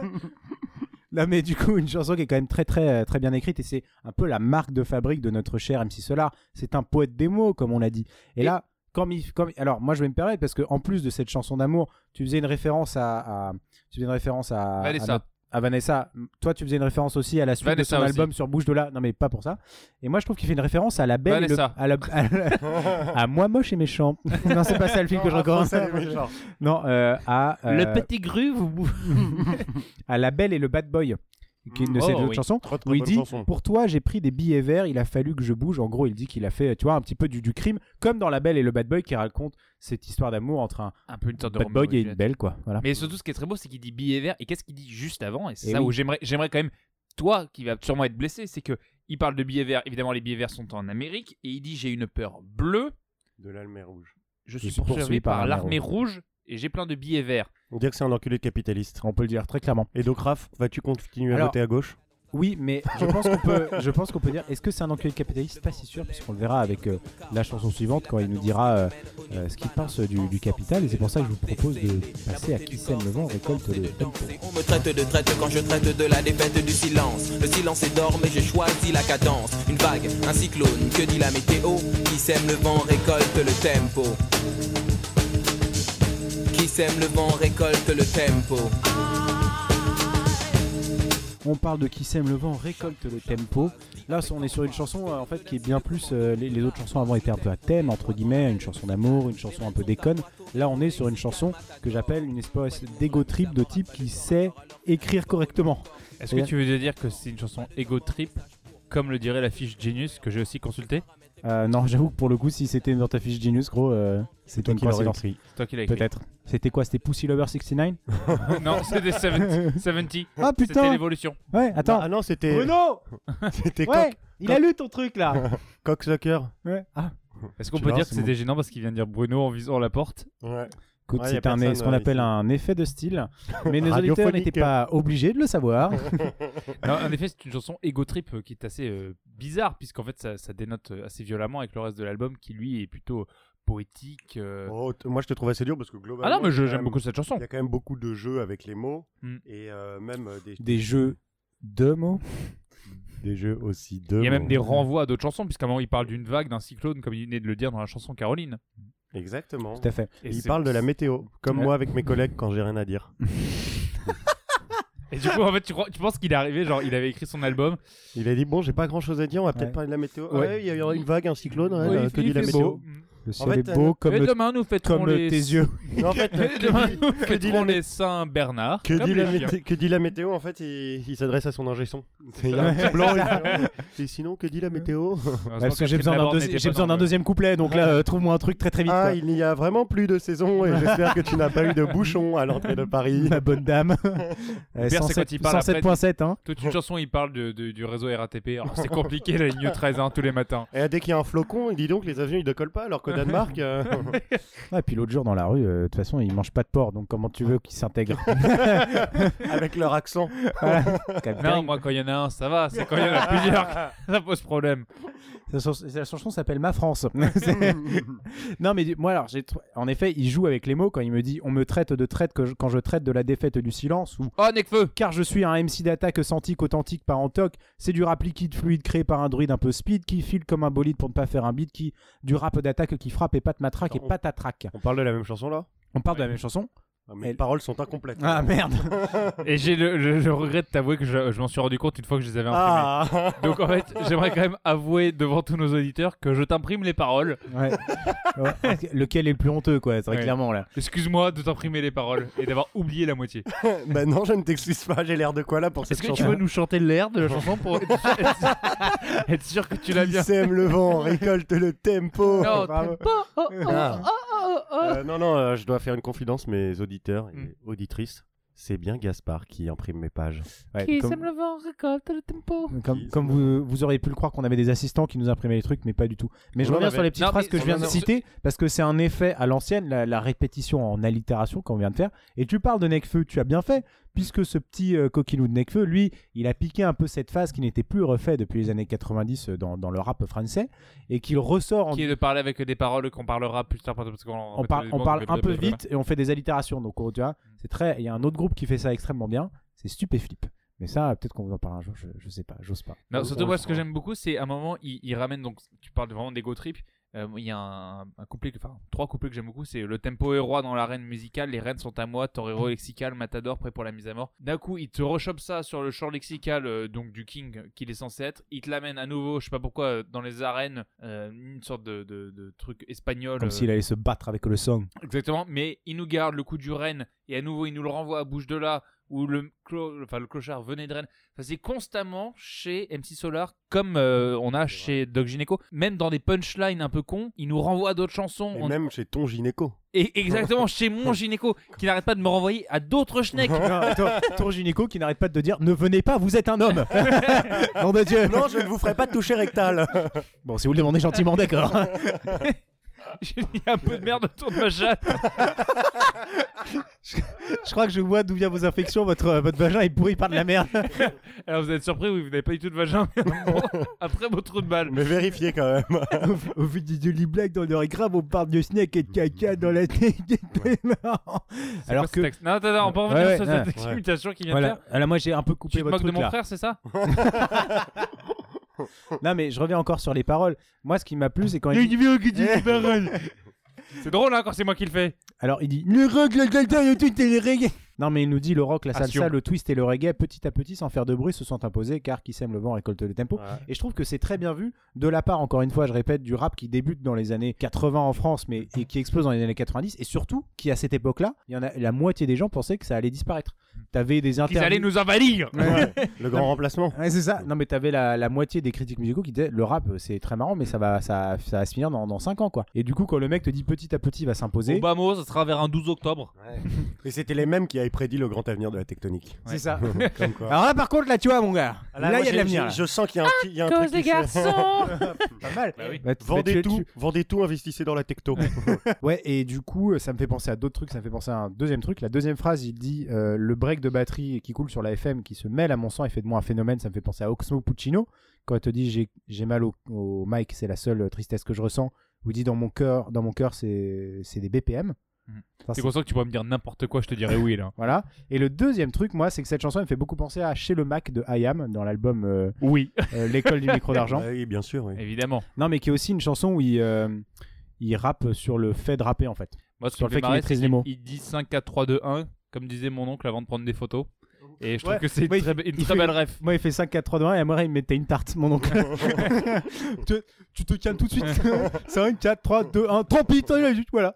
Là mais du coup une chanson qui est quand même très très euh, très bien écrite et c'est un peu la marque de fabrique de notre cher MC Solar. C'est un poète des mots comme on l'a dit. Et, là, comme il, comme alors moi je vais me permettre parce que en plus de cette chanson d'amour, tu faisais une référence à, à- tu faisais une référence à, à Vanessa. à Ah, Vanessa. Toi, tu faisais une référence aussi à la suite Vanessa de son aussi. album sur Bouche de là. Non, mais pas pour ça. Et moi, je trouve qu'il fait une réfence à la belle. et le- Vanessa. à, la- à la- à moi moche et méchant. *laughs* non, c'est pas ça le film que je recommande. Non, euh, à, euh, petit gru, vous. à la belle et le bad boy, qui est une de Oh, ses deux oui. chansons. Trop, trop Où il bonne dit chanson. Pour toi, j'ai pris des billets verts, il a fallu que je bouge. En gros, il dit qu'il a fait, tu vois, un petit peu du, du crime, comme dans La Belle et le Bad Boy qui raconte cette histoire d'amour entre un Un peu une sorte de bad Roméo boy et Juliette. une belle, quoi. Voilà. Mais surtout, ce qui est très beau, c'est qu'il dit billet vert. Et qu'est-ce qu'il dit juste avant Et c'est Eh ça oui. où j'aimerais, j'aimerais quand même, toi qui vas sûrement être blessé, c'est que il parle de billets verts. Évidemment, les billets verts sont en Amérique. Et il dit J'ai une peur bleue. De l'Almer rouge. Je suis suis poursuivi, poursuivi par, par l'armée l'armée rouge. et j'ai plein de billets verts. On dirait que c'est un enculé capitaliste. On peut le dire très clairement. Et donc, Raph, vas-tu continuer à Alors- voter à gauche Oui, mais je pense qu'on peut, je pense qu'on peut dire, est-ce que c'est un enculé capitaliste Pas si sûr, puisqu'on le verra avec euh, la chanson suivante quand il nous dira euh, euh, ce qu'il pense du, du capital. Et c'est pour ça que je vous propose de passer à qui sème le vent récolte le tempo. On me traite de traite quand je traite de la défaite du silence. Le silence est d'or, mais je choisis la cadence. Une vague, un cyclone, que dit la météo Qui sème le vent récolte le tempo. Qui sème le vent récolte le tempo. On parle de qui sème le vent récolte le tempo. Là, on est sur une chanson euh, en fait qui est bien plus. euh, les, les autres chansons avant étaient un peu à thème entre guillemets, une chanson d'amour, une chanson un peu déconne. Là, on est sur une chanson que j'appelle une espèce d'égo trip de type qui sait écrire correctement. Est-ce que tu veux dire que c'est une chanson ego trip, comme le dirait la fiche Genius que j'ai aussi consultée Euh, non, *laughs* j'avoue que pour le coup, si c'était dans ta fiche Genius, gros, euh, c'était toi une qui l'aurais coïncidence. écrit. C'est toi qui l'as écrit. Peut-être. C'était quoi C'était Pussy Lover 69 non, c'était *laughs* 70. 70. *laughs* Ah C'était putain l'évolution. Ouais, attends. Ah non, c'était. Bruno *laughs* C'était Ouais coq Il a lu ton truc là Cocksucker. Ouais. Ah. Est-ce qu'on Tu peut verras, dire que c'est c'était gênant parce qu'il vient de dire Bruno en visant la porte *laughs* Ouais. Écoute, Ouais, y a c'est un, personne, ce qu'on euh, appelle ici. un effet de style. Mais nos auditeurs Radiophonique. n'étaient pas obligés de le savoir. Non, en effet, c'est une chanson ego trip euh, qui est assez euh, bizarre, puisqu'en fait, ça, ça dénote euh, assez violemment avec le reste de l'album, qui lui est plutôt euh, poétique. euh. Oh, t- moi, je te trouve assez dur parce que ah globalement. non, mais je- il y a quand j'aime même- beaucoup cette chanson. Il y a quand même beaucoup de jeux avec les mots Hmm. et euh, même euh, des, Des jeux de mots. des jeux aussi de. Il y a même mots. des renvois à d'autres chansons, puisqu'à un moment, il parle d'une vague, d'un cyclone, comme il venait de le dire dans la chanson Caroline. Exactement. Tout à fait. Et Il c'est- parle de la météo, comme Ouais. moi avec mes collègues quand j'ai rien à dire. Et du coup, en fait, tu, crois- tu penses qu'il est arrivé, genre, il avait écrit son album. Il a dit bon, j'ai pas grand chose à dire, on va peut-être Ouais. parler de la météo. Ah Ouais. Ouais, il y aura une vague, un cyclone, ouais, Oui, euh, il que fait- dit il la fait météau. beau. Le En ciel fait, est beau euh, comme, Et le- demain, nous fêterons comme les... le- tes yeux. Non, en fait, euh, *laughs* Et demain, *laughs* nous dit fêterons la mé- les Saint-Bernard. que, comme dit les la chiens. mété- que dit la météo En fait, il, il s'adresse à son ingé son. Il y a un petit blanc, il fait, Ouais. Et sinon, que dit la météo Heureusement Ouais, parce que j'ai Catherine besoin d'un Laborde deuxi- n'était j'ai pas besoin dans d'un le- deuxième couplet, donc là, euh, trouve-moi un truc très très vite. Ah, quoi. il n'y a vraiment plus de saison et j'espère que tu n'as pas eu de bouchon à l'entrée *laughs* de Paris. La bonne *laughs* dame. Euh, pire, c'est quand 107 il parle après- 107.7, hein. Toute une chanson, il parle de, de- du réseau RATP. Alors, *laughs* c'est compliqué, la ligne 13 hein, tous les matins. Et dès qu'il y a un flocon, il dit donc les avions ils décollent pas alors qu'au Danemark. euh, Ouais, puis l'autre jour dans la rue, euh, de toute façon, ils mangent pas de porc, donc comment tu veux qu'ils *laughs* s'intègrent avec leur accent. Non, moi, quand il y en a un, ça va. C'est quand il y en a *laughs* plusieurs que ça pose problème. La chans- la chanson s'appelle Ma *laughs* France. C'est- non, mais du- moi, alors, j'ai trou- en effet, il joue avec les mots quand il me dit on me traite de traite que je- quand je traite de la défaite du silence ou Oh, Necfeu car je suis un MC d'attaque sentique authentique par en toc. C'est du rap liquide fluide créé par un druide un peu speed qui file comme un bolide pour ne pas faire un beat, qui du rap d'attaque qui frappe et pas te matraque et Attends. pas t'attraque. *laughs* On parle de la même chanson là On parle de la même chanson. Ah, Mes Elle- paroles sont incomplètes. Ah merde Et j'ai le, le- le regret de t'avouer que je, je m'en suis rendu compte une fois que je les avais imprimés. Ah. Donc en fait, j'aimerais quand même avouer devant tous nos auditeurs que je t'imprime les paroles. *laughs* Ouais. Ouais. *laughs* Lequel est le plus honteux, quoi, très Ouais. clairement là. Excuse-moi de t'imprimer les paroles et d'avoir oublié la moitié. *laughs* bah non, je ne t'excuse pas, j'ai l'air de quoi là pour cette Est-ce que chanson tu veux nous chanter l'air de la chanson pour être sûr, être sûr- être sûr que tu l'as Qui bien sème le vent, récolte le tempo. Non, oh, Bravo. Ah. Euh, non, non, euh, je dois faire une confidence, mes auditeurs et Mm. auditrices. C'est bien Gaspard qui imprime mes pages. Ouais, comme- le vent, récolte le tempo. Comme, Qui- comme vous, vous auriez pu le croire qu'on avait des assistants qui nous imprimaient les trucs, mais pas du tout. Mais je On en reviens avait. sur les petites Non, phrases mais que je on viens en de avait. citer, parce que c'est un effet à l'ancienne, la, la répétition en allitération qu'on vient de faire. Et tu parles de Necfeu, tu as bien fait, puisque ce petit euh, coquinou de Necfeu, lui, il a piqué un peu cette phase qui n'était plus refaite depuis les années 90 euh, dans, dans le rap français, et qu'il ressort en Qui est de parler avec des paroles qu'on parlera plus tard parce qu'on en on répète parle, les on mots, parle mais un peu blablabla. vite et on fait des allitérations. Donc, oh, tu vois, c'est très. Il y a un autre groupe qui fait ça extrêmement bien, c'est Stupéflip. Mais ça, peut-être qu'on vous en parle un jour, je, je sais pas, j'ose pas. Non, On- surtout on- moi, ce que j'aime beaucoup, c'est à un moment, il, il ramène donc, tu parles vraiment d'ego trip. euh, Il y a un, un couplet, que- enfin trois couplets que j'aime beaucoup, c'est le tempo est roi dans l'arène musicale, les reines sont à moi, torero Mmh. lexical, matador prêt pour la mise à mort. D'un coup, il te rechoppe ça sur le champ lexical euh, donc du king qu'il est censé être, il te l'amène à nouveau, je sais pas pourquoi, euh, dans les arènes, euh, une sorte de, de- de truc espagnol. Comme euh, s'il allait se battre avec le sang. Exactement, mais il nous garde le coup du Rennes et à nouveau il nous le renvoie à bouche de là où le, clo- enfin, le clochard venait de Rennes. Enfin, c'est constamment chez MC Solar comme euh, on a chez Doc Gineco. Même dans des punchlines un peu cons, il nous renvoie à d'autres chansons. Et On- même chez ton *laughs* gynéco. et exactement chez mon Gineco qui n'arrête pas de me renvoyer à *laughs* d'autres *laughs* schnecks. *laughs* Non, toi, ton gynéco qui n'arrête pas de te dire ne venez pas, vous êtes un homme. *laughs* Nom de Dieu. *laughs* non, je ne vous ferai pas toucher rectal. Bon, si vous le demandez gentiment, d'accord. J'ai mis un peu de merde autour de ma chatte. *laughs* Je crois que je vois d'où vient vos infections. Votre, euh, votre vagin est pourri par de la merde. *laughs* Alors vous êtes surpris, oui, vous n'avez pas du tout de vagin. mais *laughs* un bon- un très beau trou de balle. Mais vérifiez quand *laughs* même. au, vu des jolies blagues dans leur grave, on parle de snack et de caca dans la tête. C'est Alors quoi ce que. texte Non, attends, attends, on peut Ouais, revenir sur ouais, cette ouais. imitation qui vient de Voilà. faire. Alors moi j'ai un peu coupé Tu te votre moques de truc mon là. frère, c'est ça Non mais je reviens encore sur les paroles. Moi ce qui m'a plu c'est quand il dit *laughs* C'est drôle, hein, quand c'est moi qui le fais. alors il dit le rock, le delta, le twist et le reggae. Non mais il nous dit le rock, la Passion. salsa, le twist et le reggae petit à petit sans faire de bruit se sont imposés car qui sème le vent récolte le tempo. Et je trouve que c'est très bien vu de la part, encore une fois, je répète, du rap qui débute dans les années 80 en France, mais et qui explose dans les années 90, et surtout qui à cette époque-là, il y en a la moitié des gens pensaient que ça allait disparaître. T'avais des Qu'ils interviews. allaient nous envahir. *laughs* Le grand remplacement. Ouais, c'est ça. Non, mais t'avais la, la moitié des critiques musicaux qui disaient le rap, euh, c'est très marrant, mais ça va, ça, ça va se finir dans, dans 5 ans, quoi. Et du coup, quand le mec te dit petit à petit, il va s'imposer. Obama, ça sera vers un 12 octobre. Et c'était les mêmes qui avaient prédit le grand avenir de la tectonique. C'est ça. Comme *laughs* quoi. Alors là, par contre, là, tu vois, mon gars, Ah, là, il y a de l'avenir. là. Je sens qu'il y a Ah, un, il y a un truc. qui se- Pas mal. Bah oui. Bah, tu- bah, *laughs* Vendez tu- tout, tu- vendez tout, investissez dans la *laughs* tecto. Ouais, et du coup, euh, ça me fait penser à d'autres trucs. Ça me fait penser à un deuxième truc. La deuxième phrase, il dit euh, le break de batterie qui coule sur la FM, qui se mêle à mon sang et fait de moi un phénomène. Ça me fait penser à Oxmo Puccino. Quand elle te dit j'ai- j'ai mal au, au mic, c'est la seule tristesse que je ressens. Ou dit dans mon cœur, dans mon cœur, c'est c'est des BPM. Mhm. Ça, C'est pour ça que tu pourrais me dire n'importe quoi, je te dirais *laughs* oui, là. Voilà. Et le deuxième truc, moi, c'est que cette chanson elle me fait beaucoup penser à Chez le Mac de IAM dans l'album euh, Oui. euh, L'école du micro d'argent. Ah oui, bien sûr. oui. *laughs* Évidemment. Non, mais qui est aussi une chanson où il, euh, il rappe sur le fait de rapper en fait. Moi, ce qui Sur me le fait fait qu'il marrer, maîtrise c'est les mots. qu'il dit 5, 4, 3, 2, 1, comme disait mon oncle avant de prendre des photos. Et je trouve Ouais. que c'est une Ouais, très, be- une il très fait- belle ref. Moi, il fait 5, 4, 3, 2, 1 et moi, il me mettait une tarte, mon oncle. *laughs* tu, tu te calmes tout de suite. 5, 4, 3, 2, 1. Tant pis, t'en as juste, voilà.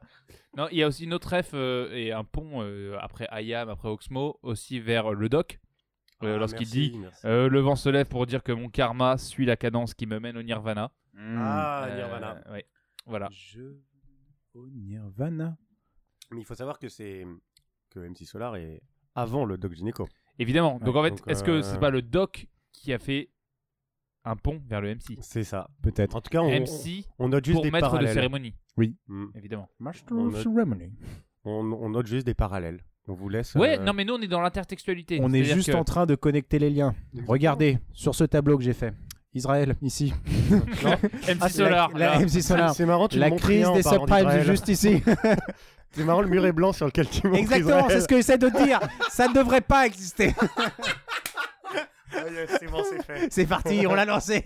Non, il y a aussi une autre ref euh, et un pont euh, après Ayam, après Oxmo, aussi vers euh, le doc. Ah, Ah, euh, Lorsqu'il dit euh, Le vent se lève pour dire que mon karma suit la cadence qui me mène au nirvana. Hmm. Ah, Euh, Nirvana. ouais. Voilà. Au Nirvana. Mais il faut savoir que c'est que MC Solar est avant le Doc Gynéco. Évidemment. donc Ouais, en fait, donc, est-ce euh, que c'est pas le doc qui a fait un pont vers le MC C'est ça. Peut-être. En tout cas, on, MC on note juste pour des maître de parallèles. cérémonie, Mm. évidemment. Master On of a- Ceremony. On, on note juste des parallèles. On vous laisse. Ouais, euh, non, mais nous on est dans l'intertextualité. On est C'est-à-dire juste que- en train de connecter les liens. Regardez sur ce tableau que j'ai fait. Israël, ici. MC Ah, c'est Solar. la- la là. MC Solar. C'est marrant, *laughs* tu La montres crise rien en des parlant subprimes, d'Israël. c'est juste ici. C'est marrant le mur est blanc sur lequel tu montres. Exactement, c'est Israël. ce que j'essaie de dire. Ça ne devrait pas exister. Ah, yes, c'est bon, c'est *laughs* fait. C'est parti, on l'a lancé.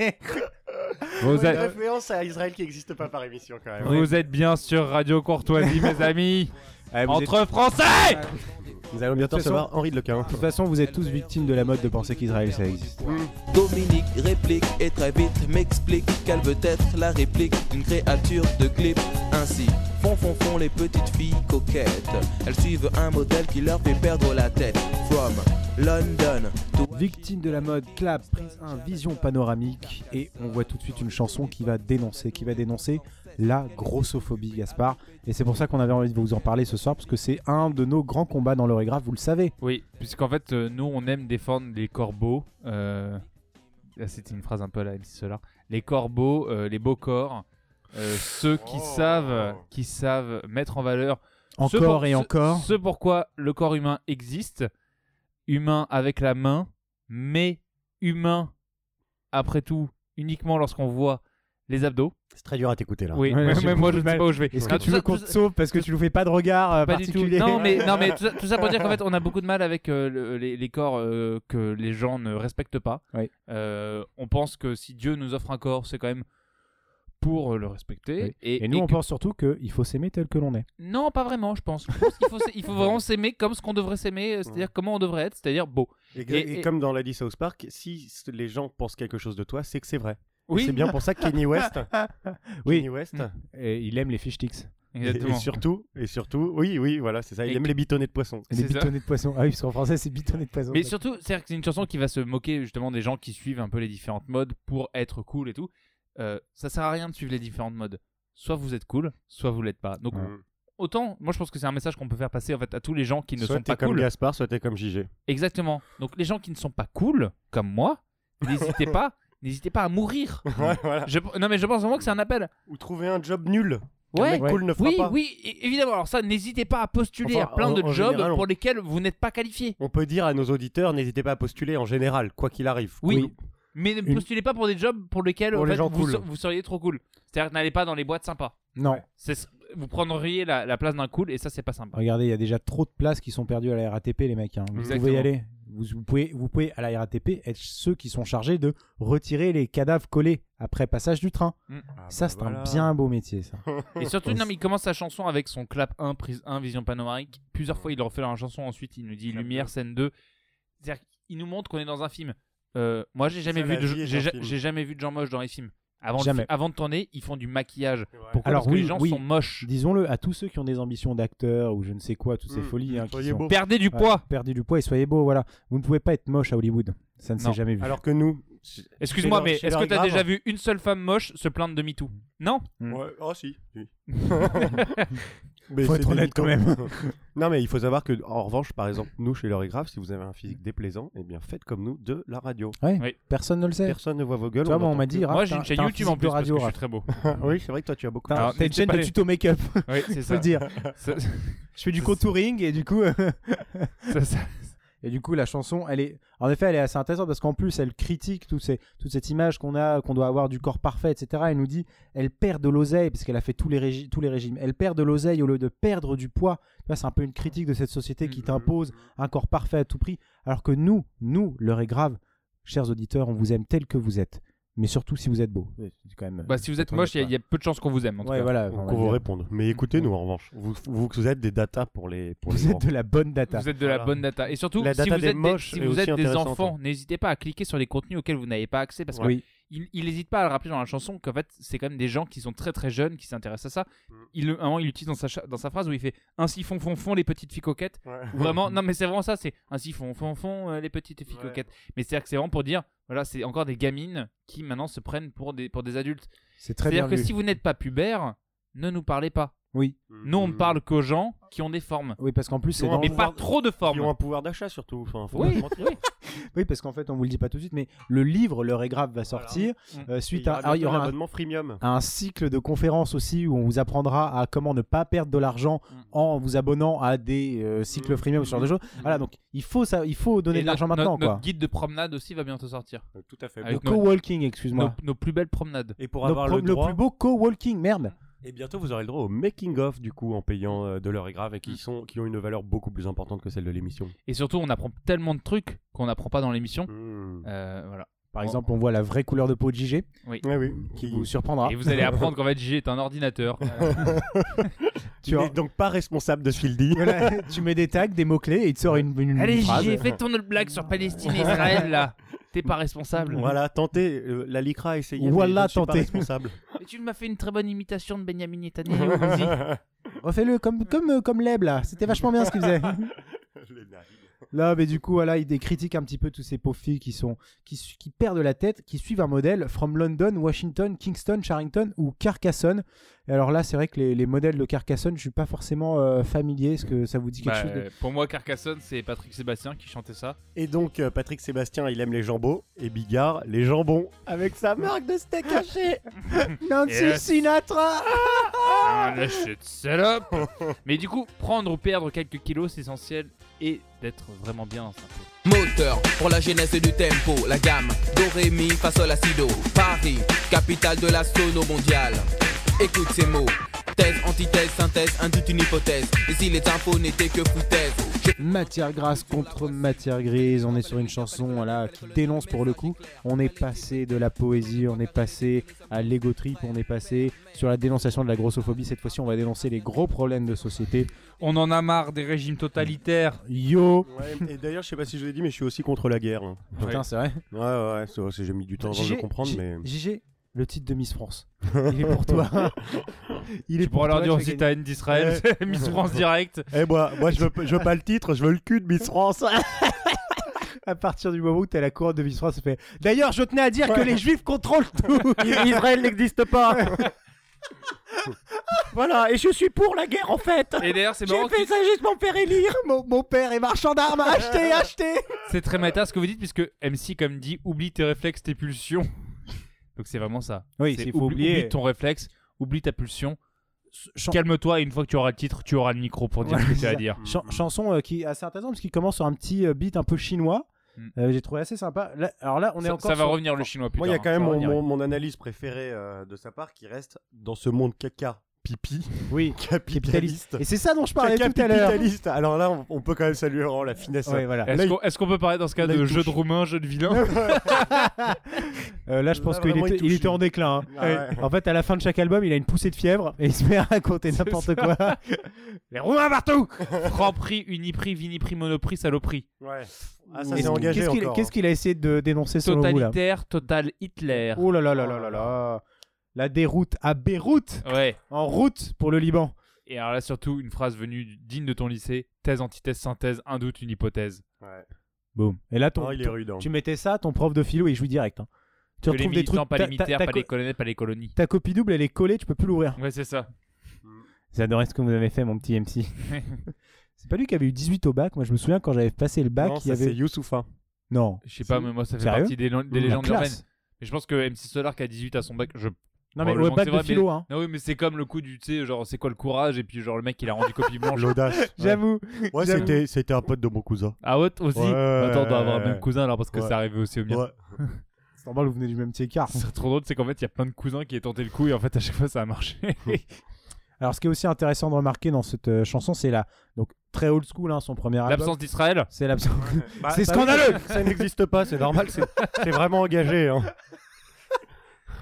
Vous, Une êtes... référence à Israël qui n'existe pas par émission quand même. vous êtes bien sur Radio Courtoisie, *laughs* mes amis. Entre Français Nous allons bientôt De toute recevoir Henri de Lequin. De toute façon, vous êtes tous victimes de la mode de penser qu'Israël, ça existe. Dominique réplique et très vite m'explique qu'elle veut être la réplique d'une créature de clip. Ainsi, font font font les petites filles coquettes. Elles suivent un modèle qui leur fait perdre la tête. From London to Victime de la mode, clap, prise 1, vision panoramique. Et on voit tout de suite une chanson qui va dénoncer, qui va dénoncer la grossophobie, Gaspard. Et c'est pour ça qu'on avait envie de vous en parler ce soir, parce que c'est un de nos grands combats dans l'orégraphe, vous le savez. Oui, puisqu'en fait, euh, nous, on aime défendre les corbeaux. euh, là, C'était une phrase un peu à la MC Solar. Les corbeaux, euh, les beaux corps, euh, ceux qui Oh. savent, qui savent mettre en valeur ce Encore pour- et ce- encore. Ce pourquoi le corps humain existe, humain avec la main, mais humain après tout uniquement lorsqu'on voit les abdos. C'est très dur à t'écouter là. Oui, Ouais, même, j'ai même moi je beaucoup de ne sais mal. pas où je vais. Est-ce Non, que tu tout veux Ah, ça- qu'on tout te ça- sauve parce que tu nous fais pas de regard euh, pas du tout. particulier Non, mais, non, mais tout, ça, tout ça pour *laughs* dire qu'en fait, on a beaucoup de mal avec euh, le- les, les corps euh, que les gens ne respectent pas. Oui. Euh, on pense que si Dieu nous offre un corps, c'est quand même pour euh, le respecter. Oui. Et, Et nous, et on que- pense surtout qu'il faut s'aimer tel que l'on est. Non, pas vraiment, je pense. Je pense qu'il faut, s- *laughs* il faut vraiment s'aimer comme ce qu'on devrait s'aimer, euh, c'est-à-dire comment on devrait être, c'est-à-dire beau. Et, Et- et comme dans la dit South Park, si c- les gens pensent quelque chose de toi, c'est que c'est vrai. Oui, C'est bien pour ça que Kenny *laughs* West. Oui. Kenny West. Mm. Et il aime les fish sticks, Et, et Exactement. surtout, et surtout, oui, oui, voilà, c'est ça. Il Et aime que- les bitonnets de poisson. les C'est ça. bitonnets de poisson. Ah oui, parce qu'en français, c'est bitonnets de poisson. Mais surtout, c'est-à-dire que c'est une chanson qui va se moquer justement des gens qui suivent un peu les différentes modes pour être cool et tout. Euh, ça sert à rien de suivre les différentes modes. Soit vous êtes cool, soit vous l'êtes pas. Donc Mm. autant, moi je pense que c'est un message qu'on peut faire passer en fait à tous les gens qui ne soit sont t'es pas comme cool. Gaspard, soit t'es comme JG. Exactement. Donc les gens qui ne sont pas cool, *laughs* comme moi, n'hésitez pas, n'hésitez pas à mourir. Ouais, *laughs* voilà. Je- non mais je pense vraiment que c'est un appel. Ou trouver un job nul. qu'un mec cool ne fera oui, pas. Oui, é- évidemment. Alors ça, n'hésitez pas à postuler Enfin, à plein en- de en jobs général, on- pour lesquels vous n'êtes pas qualifié. On peut dire à nos auditeurs, n'hésitez pas à postuler en général, quoi qu'il arrive. Oui. Cool. Mais ne Une- postulez pas pour des jobs pour lesquels Pour en les fait, gens vous, cool. so- vous seriez trop cool. C'est-à-dire que n'allez pas dans les boîtes sympas. Non. C'est- Vous prendriez la, la place d'un cool et ça, c'est pas sympa. Regardez, il y a déjà trop de places qui sont perdues à la RATP, les mecs. hein. Vous pouvez y Exactement. aller. Vous, vous pouvez, vous pouvez, à la RATP, être ceux qui sont chargés de retirer les cadavres collés après passage du train. Mm. ça, c'est un bien beau métier, ça. Et surtout, Ouais, non, mais il commence sa chanson avec son clap 1, prise 1, vision panoramique. Plusieurs fois, il refait la chanson. Ensuite, il nous dit Clap lumière, deux. scène 2. C'est-à-dire qu'il nous montre qu'on est dans un film. Euh, moi, j'ai jamais, Ça, vu la de- vie est j'ai un ja- film. j'ai jamais vu de gens moches dans les films. Avant, de- Jamais. avant de tourner, ils font du maquillage. Pourquoi Alors Parce que oui, les gens oui. sont moches. Disons-le à tous ceux qui ont des ambitions d'acteur ou je ne sais quoi, toutes ces Mm. Mmh, folies hein, qui Soyez sont beau. Perdez du Ouais, poids. perdez du poids et soyez beau, voilà. Vous ne pouvez pas être moche à Hollywood. Ça ne s'est Non. jamais vu. Alors que nous. Excuse-moi, Chez mais leur- chez est-ce que leur t'as grave. déjà vu une seule femme moche se plaindre de MeToo Non Mm. Ouais, oh si. *laughs* si. Faut mais être honnête quand même. *laughs* non, mais il faut savoir que, en revanche, par exemple, nous, chez L'Heure est grave, si vous avez un physique déplaisant, eh bien, faites comme nous de la radio. Personne ne le sait. Personne ne voit vos gueules. Tu vois, on moi, on entend m'a dit, Moi, Raph, j'ai t'as- une chaîne t'as un YouTube en physique de plus parce que radio, je suis Raph. *laughs* très beau. que- *laughs* oui, c'est vrai que toi, tu as beaucoup. T'as- Alors, T'as une n'hésitez chaîne pas de les- tuto make-up, Oui, c'est faut le ça. dire. Ça- Je fais du contouring et du coup, *laughs* ça- ça- Et du coup, la chanson, elle est, en effet, elle est assez intéressante parce qu'en plus, elle critique toutes ces, toute cette image qu'on a, qu'on doit avoir du corps parfait, etc. Elle nous dit, elle perd de l'oseille parce qu'elle a fait tous les, régi- tous les régimes. Elle perd de l'oseille au lieu de perdre du poids. Tu vois, c'est un peu une critique de cette société qui Mhm. t'impose un corps parfait à tout prix, alors que nous, nous, l'heure est grave, chers auditeurs, on vous aime tel que vous êtes, mais surtout si vous êtes beau. C'est quand même. Bah, si vous êtes moche, il y a- il y, a peu de chances qu'on vous aime. En tout Ouais, cas. voilà. on va Qu'on vous dire. réponde. Mais écoutez-nous, en revanche. Vous, vous, vous êtes des data pour les. Pour les Vous êtes grands. de la bonne data. Vous êtes de la Voilà. bonne data. Et surtout, La si data vous des êtes des, moches si est vous aussi êtes des intéressante. hein. enfants, n'hésitez pas à cliquer sur les contenus auxquels vous n'avez pas accès parce que Oui. il il n'hésite pas à le rappeler dans la chanson qu'en fait, c'est quand même des gens qui sont très très jeunes, qui s'intéressent à ça. Mm. Il, à un moment, il utilise dans sa, cha- dans sa phrase où il fait Ainsi font font font les petites filles coquettes. *laughs* Vraiment, non mais c'est vraiment ça, c'est Ainsi font font font euh, les petites filles Ouais. coquettes. Mais c'est-à-dire que c'est vraiment pour dire, voilà, c'est encore des gamines qui maintenant se prennent pour des, pour des adultes. C'est très bien C'est-à-dire que vu. si vous n'êtes pas pubère, ne nous parlez pas. Oui. Nous, Mm. on ne parle qu'aux gens qui ont des formes. Oui, parce qu'en plus, c'est Ils ont un dans Mais On pas parle- trop de Ils ont formes. un pouvoir d'achat surtout. Enfin, faut Oui, pas se mentir. Oui, parce qu'en fait, on vous le dit pas tout de suite, mais le livre L'heure est grave va sortir. Mm. euh, Il suite y à, aura ah, il y bientôt aura un, l'abonnement freemium. un cycle de conférences aussi où on vous apprendra à comment ne pas perdre de l'argent Mm. en vous abonnant à des euh, cycles Mm. freemium, ce genre de choses. Voilà, donc il faut, ça, il faut donner Mmh. Et de l'argent notre- maintenant, notre- Notre quoi. guide de promenade aussi va bientôt sortir. Euh, Tout à fait. Avec le nos, co-walking, nos, excuse-moi. nos plus belles promenades. Et pour Nos avoir pro- le droit. plus beau co-walking, merde. Et bientôt, vous aurez le droit au making of du coup en payant euh, de l'heure et grave et Mm. qui sont qui ont une valeur beaucoup plus importante que celle de l'émission. Et surtout, on apprend tellement de trucs qu'on n'apprend pas dans Mm. l'émission. Mm. Euh, voilà. Par On- exemple, on voit la vraie couleur de peau de JG, Ouais, Ah oui. Qui qui vous surprendra. Et vous allez *laughs* apprendre qu'en fait, J est un ordinateur. Euh, tu as- n'est donc pas responsable de ce qu'il dit. *laughs* Voilà, tu mets des tags, des mots-clés et il te sort une, une- une allez, phrase. J, fais ton autre blague sur Palestine et Israël là. T'es pas responsable. Voilà, tentez. euh, la Lycra a essayé. Voilà, mais je ne suis pas tentez. *laughs* responsable. Mais tu m'as fait une très bonne imitation de Benjamin Netanyahu. vas-y. *laughs* Refais-le Oh, comme, comme, euh, comme Leb, là. C'était vachement bien ce qu'il *laughs* faisait. Là, mais du coup, voilà, il dé- critique un petit peu tous ces pauvres filles qui sont qui, su- qui perdent la tête, qui suivent un modèle from London, Washington, Kingston, Charrington ou Carcassonne. Et alors là, c'est vrai que les, les modèles de Carcassonne, je suis pas forcément euh, familier. Est-ce que ça vous dit quelque Bah, chose de- euh, Pour moi, Carcassonne, c'est Patrick Sébastien qui chantait ça. Et donc, euh, Patrick Sébastien, il aime les jambons et Bigard, les jambons avec sa marque de steak *laughs* haché. Nancy Yes. Sinatra Ah, la chute *laughs* salope. Mais du coup, prendre ou perdre quelques kilos, c'est essentiel et d'être vraiment bien dans sa peau. Moteur pour la jeunesse du tempo, la gamme Dorémy face à l'acido. Paris, capitale de la sono mondiale. Écoute ces mots. Thèse, antithèse, synthèse, induit une hypothèse. Et si les infos n'étaient que foutaises, je- Matière grasse contre matière grise, on est sur une chanson là qui dénonce pour le coup. On est passé de la poésie, on est passé à l'ego trip, on est passé sur la dénonciation de la grossophobie. Cette fois-ci, on va dénoncer les gros problèmes de société. On en a marre des régimes totalitaires. Yo Ouais, *laughs* et d'ailleurs, je sais pas si je l'ai dit, mais je suis aussi contre la guerre. hein. Putain, c'est vrai. Ouais, ouais, c'est vrai, c'est- j'ai mis du temps avant de Gégé, le comprendre, Gé- mais. Gégé, le titre de Miss *laughs* France, il est pour toi. il *laughs* Tu pourras leur toi, dire tu vas aussi gagner. t'as une d'Israël, Miss France direct. Eh, moi, moi je, veux, je veux pas le titre, je veux le cul de Miss *laughs* France. À partir du moment où t'as la couronne de Miss France, ça fait. D'ailleurs, je tenais à dire que les Juifs contrôlent *laughs* tout. Israël n'existe pas. *laughs* voilà, et je suis pour la guerre en fait. Et d'ailleurs, c'est marrant, qu'il- ça juste pour me faire élire. mon, mon père est marchand d'armes, achetez, achetez. c'est très méta ce que vous dites, puisque MC, comme dit, oublie tes réflexes, tes pulsions. *laughs* Donc c'est vraiment ça. Oui, C'est il faut oublie- oublier. oublie ton réflexe, oublie ta pulsion, chan- Calme-toi, et une fois que tu auras le titre, tu auras le micro pour dire ce que tu as à dire. chan- chanson euh, qui est assez intéressante parce qu'il commence sur un petit euh, beat un peu chinois. Mm. Euh, J'ai trouvé assez sympa. Là- alors là, on est ça, encore. ça va sur- revenir le chinois plus Moi, il y a tard, quand hein, même ça va mon, revenir. mon- mon analyse préférée euh, de sa part qui reste dans ce monde caca, pipi, *laughs* Oui, capitaliste. capitaliste. Et c'est ça dont je parlais Caca tout à l'heure. capitaliste. Alors là, on, on peut quand même saluer vraiment la finesse. Ouais, voilà. Là, Est-ce qu'on est-ce qu'on peut parler dans ce cas là, de il jeu de touche. roumain, jeu *laughs* de vilain Euh, là, je Là, pense qu'il vraiment, était, il il touche. était en déclin. hein. Ah ouais. En fait, à la fin de chaque album, il a une poussée de fièvre et il se met à raconter n'importe quoi. Les roumains partout Franprix, Uniprix, Viniprix, Monoprix, Saloprix. *laughs* Ouais. Ah, ça Et c'est engagé Qu'est-ce qu'il encore. hein. qu'est-ce qu'il a essayé de dénoncer selon vous là Totalitaire, total Hitler. Oh là là là là là là. La déroute à Beyrouth, Ouais. en route pour le Liban. Et alors là, surtout, une phrase venue du- digne de ton lycée thèse, antithèse, synthèse, un doute, une hypothèse. Boum. Et là, hein. ton, Non, il est ton- rude. hein. tu mettais ça, ton prof de philo, il joue direct. hein. Tu que les retrouves des militants, trucs. pas ta- les ta- militaires, ta pas co- les colonels, pas les colonies. ta copie double, elle est collée, tu peux plus l'ouvrir. Ouais, c'est ça. J'adorais ce que vous avez fait, mon petit MC. C'est pas lui qui avait eu 18 au bac. Moi, je me souviens quand j'avais passé le bac, Non, il y ça c'est hein. avait. Youssoufa. Non. Je sais pas, mais moi, ça fait Sérieux Mmh, partie des, lo- des La légendes classe. urbaines. Mais je pense que M6 Solar qui a 18 à son bac, je. Non, mais Probablement au que bac c'est de vrai, mais- philo, hein. Non, Ah oui, mais c'est comme le coup du, tu sais, genre, c'est quoi le courage Et puis, genre, le mec, il a rendu *laughs* copie blanche. L'audace. Ouais, J'avoue. Ouais, J'avoue. c'était c'était un pote de mon cousin. Ah, ouais, aussi Ouais. Attends, on doit avoir le même cousin alors parce que Ouais. ça arrivait aussi au mien. Ouais. C'est normal, vous venez du même petit écart. C'est trop drôle, c'est qu'en fait, il y a plein de cousins qui aient tenté le coup et en fait, à chaque fois, ça a marché. Alors, ce qui est aussi intéressant de remarquer dans cette euh, chanson, c'est la. Donc, très old school, hein, son premier album. L'absence d'Israël C'est l'absence. Bah, C'est bah, scandaleux Ça n'existe pas, c'est normal, c'est c'est vraiment engagé. hein.